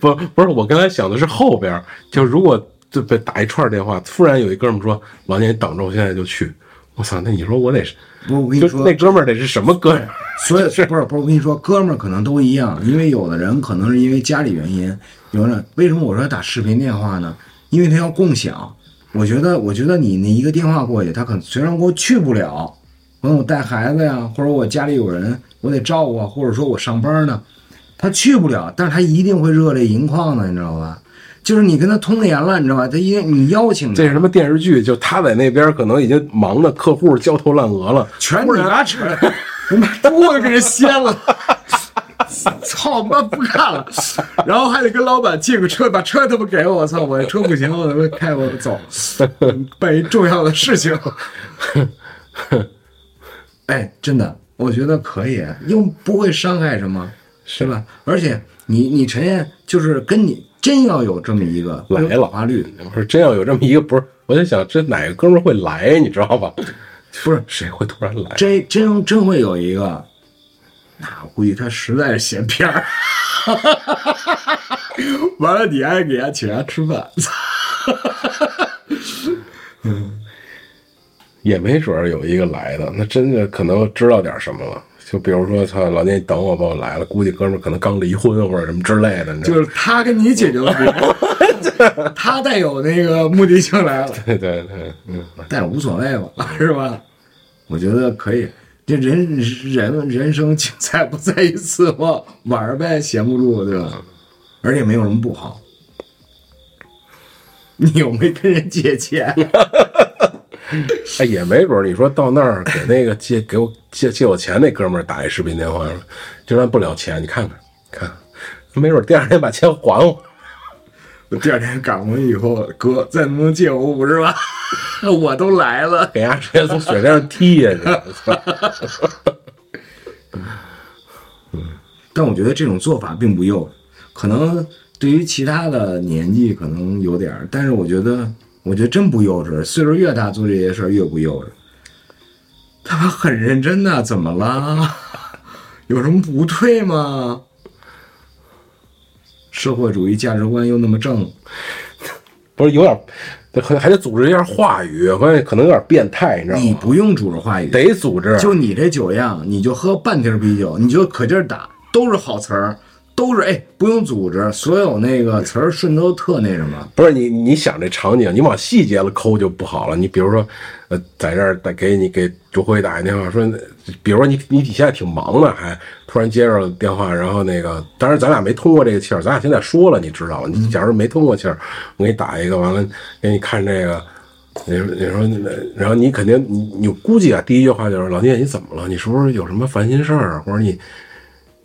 不，不是，我刚才想的是后边儿，就如果就被打一串电话，突然有一哥们说：“老聂，你等着，我现在就去。”我操，那你说我得是，不，我跟就你说那，哥们儿得是什么哥们儿？所以不是不是，我跟你说，哥们儿可能都一样，因为有的人可能是因为家里原因，有人为什么我说打视频电话呢？因为他要共享。我觉得，我觉得你那一个电话过去，他可能虽然我去不了，可能我带孩子呀，或者我家里有人，我得照顾啊，或者说我上班呢，他去不了，但是他一定会热泪盈眶的，你知道吧？就是你跟他通联了，你知道吧？他一定你邀请这他，是他妈电视剧，就他在那边可能已经忙的客户焦头烂额了，全你妈扯，你妈多给人掀了。 操他妈不干了，然后还得跟老板借个车，把车他妈给我，我操，我车不行，我他妈开我走，办一重要的事情。哎，真的，我觉得可以，又不会伤害什么，是吧？而且你你陈燕就是跟你真要有这么一个来了华律，我说真要有这么一个，不是，我在想这哪个哥们儿会来，你知道吧？不是谁会突然来？真真真会有一个，那我估计他实在是闲片儿。 完了，你还给他请他吃饭，也没准儿有一个来的，那真的可能知道点什么了。就比如说，操，老聂，你等我吧，我来了。估计哥们儿可能刚离婚或者什么之类的，你知道就吗？是他跟你解决了别， 他带有那个目的性来了，对对对，嗯，但是无所谓吧，是吧？我觉得可以，这人人人生精彩不在一次嘛，玩儿呗，闲不住对吧？而且没有什么不好。 你有没跟人借钱？哎，也没准儿你说到那儿给那个借给我借借我钱那哥们儿打一视频电话，就算不了钱，你看看看，没准儿第二天把钱还我。我第二天赶回去以后，哥，再能不能借我五十万？ 我都来了。给伢直接从雪山上踢下去。 操但我觉得这种做法并不幼，可能对于其他的年纪可能有点儿，但是我觉得，我觉得真不幼稚。岁数越大，做这些事儿越不幼稚。他们很认真呐、怎么啦？ 有什么不对吗？社会主义价值观又那么正，不是有点，还还得组织一下话语，关键可能有点变态，你知道你吗？不用主流话语，得组织，就你这酒量，你就喝半瓶啤酒，你就可劲儿打，都是好词儿，都是哎，不用组织，所有那个词儿顺都特那什么。不是你你想这场景，你往细节了抠就不好了。你比如说，呃，在这儿再给你给周辉打一电话，说，呃比如说你你底下挺忙的，还突然接着电话，然后那个，当然咱俩没通过这个气儿，咱俩现在说了，你知道吗？你假如没通过气儿，我给你打一个，完了给你看这个。你说，你说，那然后你肯定，你你估计啊，第一句话就是老聂，你怎么了？你是不是有什么烦心事儿啊？或者你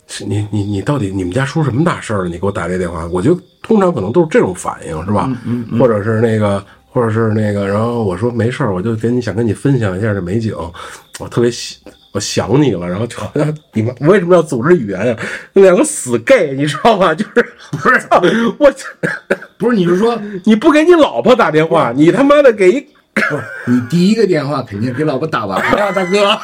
是你你你到底你们家出什么大事儿了？你给我打这电话，我觉得通常可能都是这种反应，是吧？嗯或者是那个，或者是那个，然后我说没事儿，我就跟你想跟你分享一下这美景，我特别喜，我想你了，然后就好像你们为什么要组织语言呀、那两个死 gay，你知道吗？就是不是我，不是，你是说你不给你老婆打电话，你他妈的给一 你第一个电话肯定给老婆打完了呀，大哥，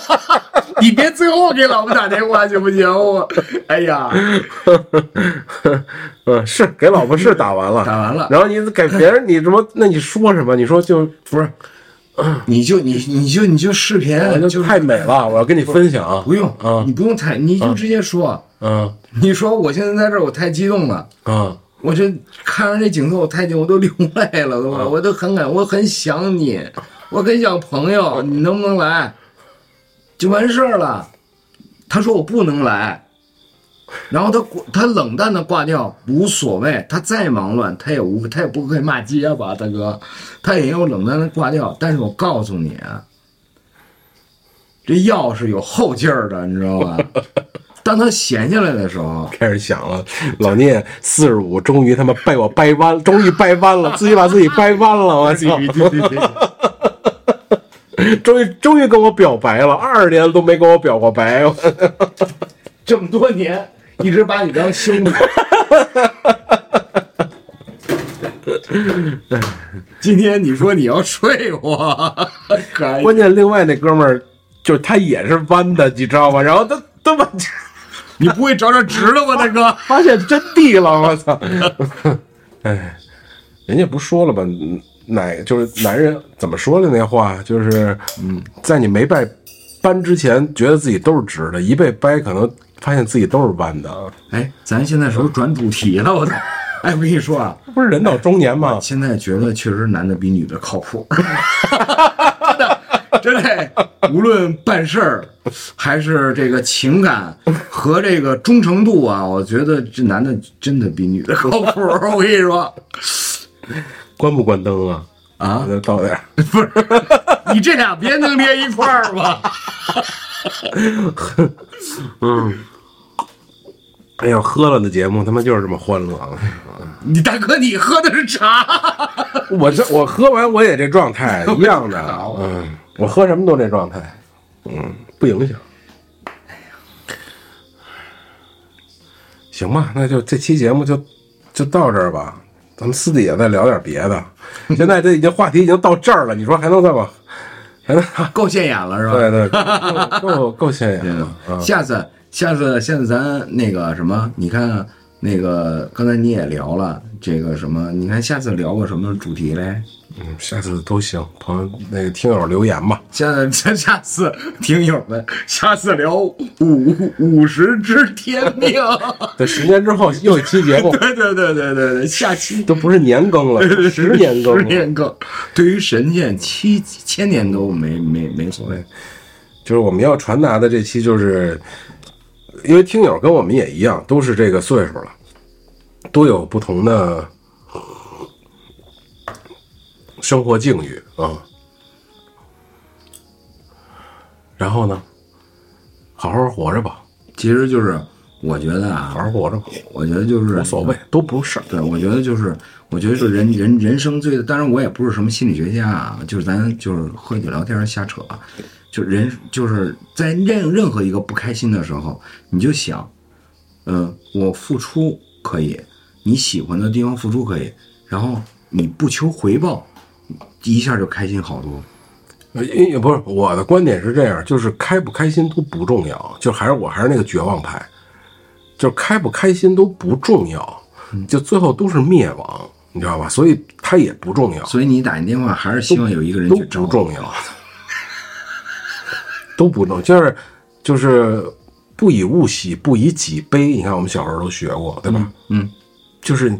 你别最后给老婆打电话行不行？我，哎呀，嗯，是给老婆是打完了，打完了然后你给别人，你什么？那你说什么？你说就不是，你就你你就你就视频我，就就是太美了，我要跟你分享。不用啊你不用太，你就直接说，嗯你说我现在在这儿，我太激动了。嗯，我这看完这景色，我太近，我都流泪了，都，我都很感，我很想你，我很想朋友，你能不能来？就完事儿了。他说我不能来，然后他挂他冷淡的挂掉，无所谓，他再忙乱，他也无他也不会骂街吧，大哥，他也要冷淡的挂掉。但是我告诉你啊，这药是有后劲儿的，你知道吧？当他闲下来的时候，开始想了，老聂四十五，终于他妈被我掰弯，终于掰弯了，自己把自己掰弯了，我操！终于终于跟我表白了，二十年都没跟我表过白， 我这么多年一直把你当兄弟。今天你说你要睡我，可以关键另外那哥们儿就是他也是弯的，你知道吗？然后他他把你不会找找直的吧，大哥？发现真谛了，我 操！哎，人家不说了吧？嗯奶就是男人怎么说的那话，就是嗯，在你没被扳之前，觉得自己都是直的；一被掰，可能发现自己都是弯的。哎，咱现在是不是转主题了？我操！哎，我跟你说啊，不是人到中年吗？现在觉得确实男的比女的靠 谱，真的，真的，无论办事儿还是这个情感和这个忠诚度啊，我觉得这男的真的比女的靠谱。我跟你说，关不关灯啊？啊， 到点儿不是， 你这俩别能连一块儿吧？哎呦，喝了的节目他妈就是这么欢乐啊。 你大哥，你喝的是茶， 我这我喝完我也这状 态一样的，嗯，我喝什么都这状态，嗯，不影响。行吧，那就这期节目就就到这儿吧，咱们私底下再聊点别的。现在这已经话题已经到这儿了，你说还能再往还能？ 够现眼了是吧？对对，够够够现眼了。啊嗯下次，下次，下次咱那个什么，你看那个刚才你也聊了这个什么，你看下次聊个什么主题嘞？嗯，下次都行，朋友那个听友留言吧。下次， 下下次听友们，下次聊五五十知天命。 对，十年之后又一期节 目，对对对对对对，下期都不是年更了，十年更十了。年更，对于神仙七千年都没没没所谓。就是我们要传达的这期，就是因为听友跟我们也一样，都是这个岁数了，都有不同的生活境遇啊。然后呢，好好活着吧，其实就是我觉得好啊，好活着吧，我觉得就是无所谓，都不是事儿。对，我觉得就是，我觉得是人人人生最，当然我也不是什么心理学家啊，就是咱就是喝酒聊天儿瞎扯啊，就人就是在任任何一个不开心的时候，你就想，嗯、我付出可以，你喜欢的地方付出可以，然后你不求回报，一下就开心好多。呃，因为不是我的观点是这样，就是开不开心都不重要，就还是我还是那个绝望派，就是开不开心都不重要，就最后都是灭亡，你知道吧？所以它也不重要，所以你打一电话还是希望有一个人都去找不你重要， 都不重，就是就是不以物喜，不以己悲。你看我们小时候都学过，对吧？嗯，就是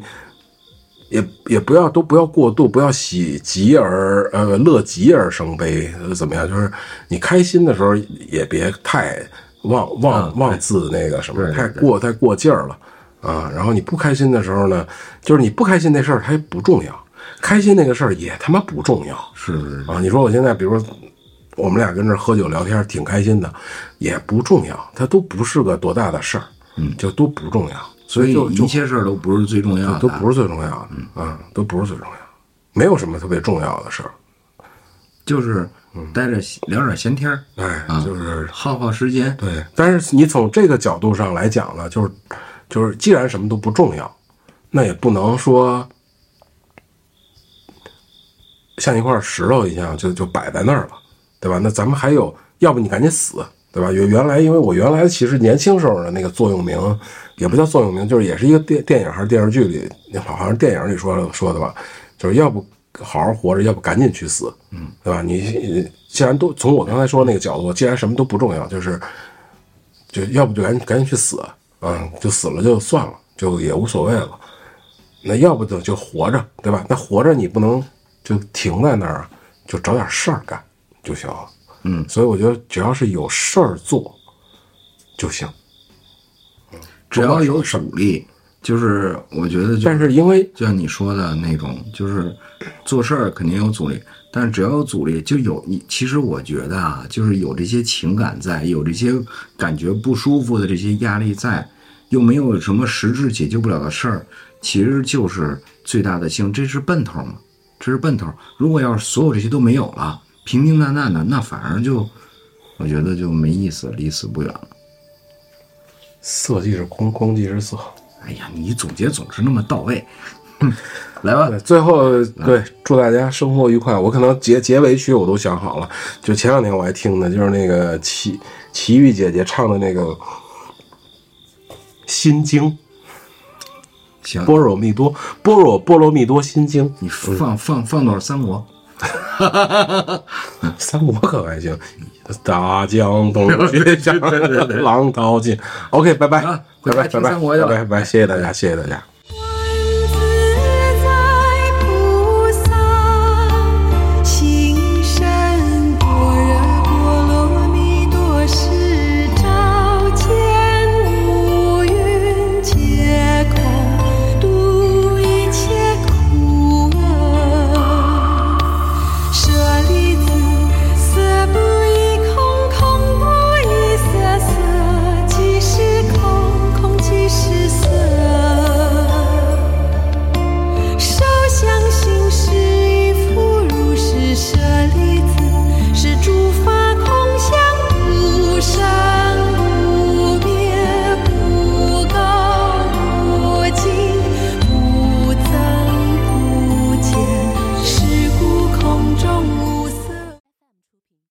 也也不要都不要过度，不要喜极而呃乐极而生悲，呃怎么样？就是你开心的时候也别太妄嗯妄对妄自那个什么，对对太对过太过劲儿了啊。然后你不开心的时候呢，就是你不开心那事儿它也不重要，开心那个事儿也他妈不重要。是是是，啊，你说我现在，比如说我们俩跟这儿喝酒聊天，挺开心的，也不重要，它都不是个多大的事儿，嗯，就都不重要，所以就就一切事儿都不是最重要的，啊嗯都不是最重要的，啊，都不是最重要，没有什么特别重要的事儿，就是待着聊点闲天儿，哎，啊就是耗耗时间。对，但是你从这个角度上来讲呢，就是就是，既然什么都不重要，那也不能说像一块石头一样就就摆在那儿了，对吧？那咱们还有，要不你赶紧死，对吧？原原来因为我原来其实年轻时候的那个座右铭，也不叫座右铭，就是也是一个电电影还是电视剧里，好像是电影里说的说的吧，就是要不好好活着，要不赶紧去死，嗯，对吧？你既然都从我刚才说的那个角度，既然什么都不重要，就是就要不就赶紧赶紧去死，嗯，就死了就算了，就也无所谓了。那要不就就活着，对吧？那活着你不能就停在那儿啊，就找点事儿干就行了。嗯，所以我觉得只要是有事儿做就行。只要有主力，就是我觉得就但是因为就像你说的那种，就是做事儿肯定有阻力，但是只要有阻力，就有你。其实我觉得啊，就是有这些情感在，有这些感觉不舒服的这些压力在，又没有什么实质解决不了的事儿，其实就是最大的幸。这是奔头嘛，这是奔头。如果要是所有这些都没有了，平平淡淡的，那反而就我觉得就没意思，离死不远了。色即是空，空即是色。哎呀，你总结总是那么到位。 来吧，对，哎最后对，祝大家生活愉快。我可能结结尾曲我都想好了，就前两天我还听的，就是那个齐齐豫姐姐唱的那个《心经》，行，般若蜜多，般若波罗蜜多心经。你放放放段三国，嗯三国可还行，大江东去，对对对对 浪淘尽。OK，拜拜啊，拜拜回家拜听拜三国去了拜拜，谢谢大家，谢谢大家。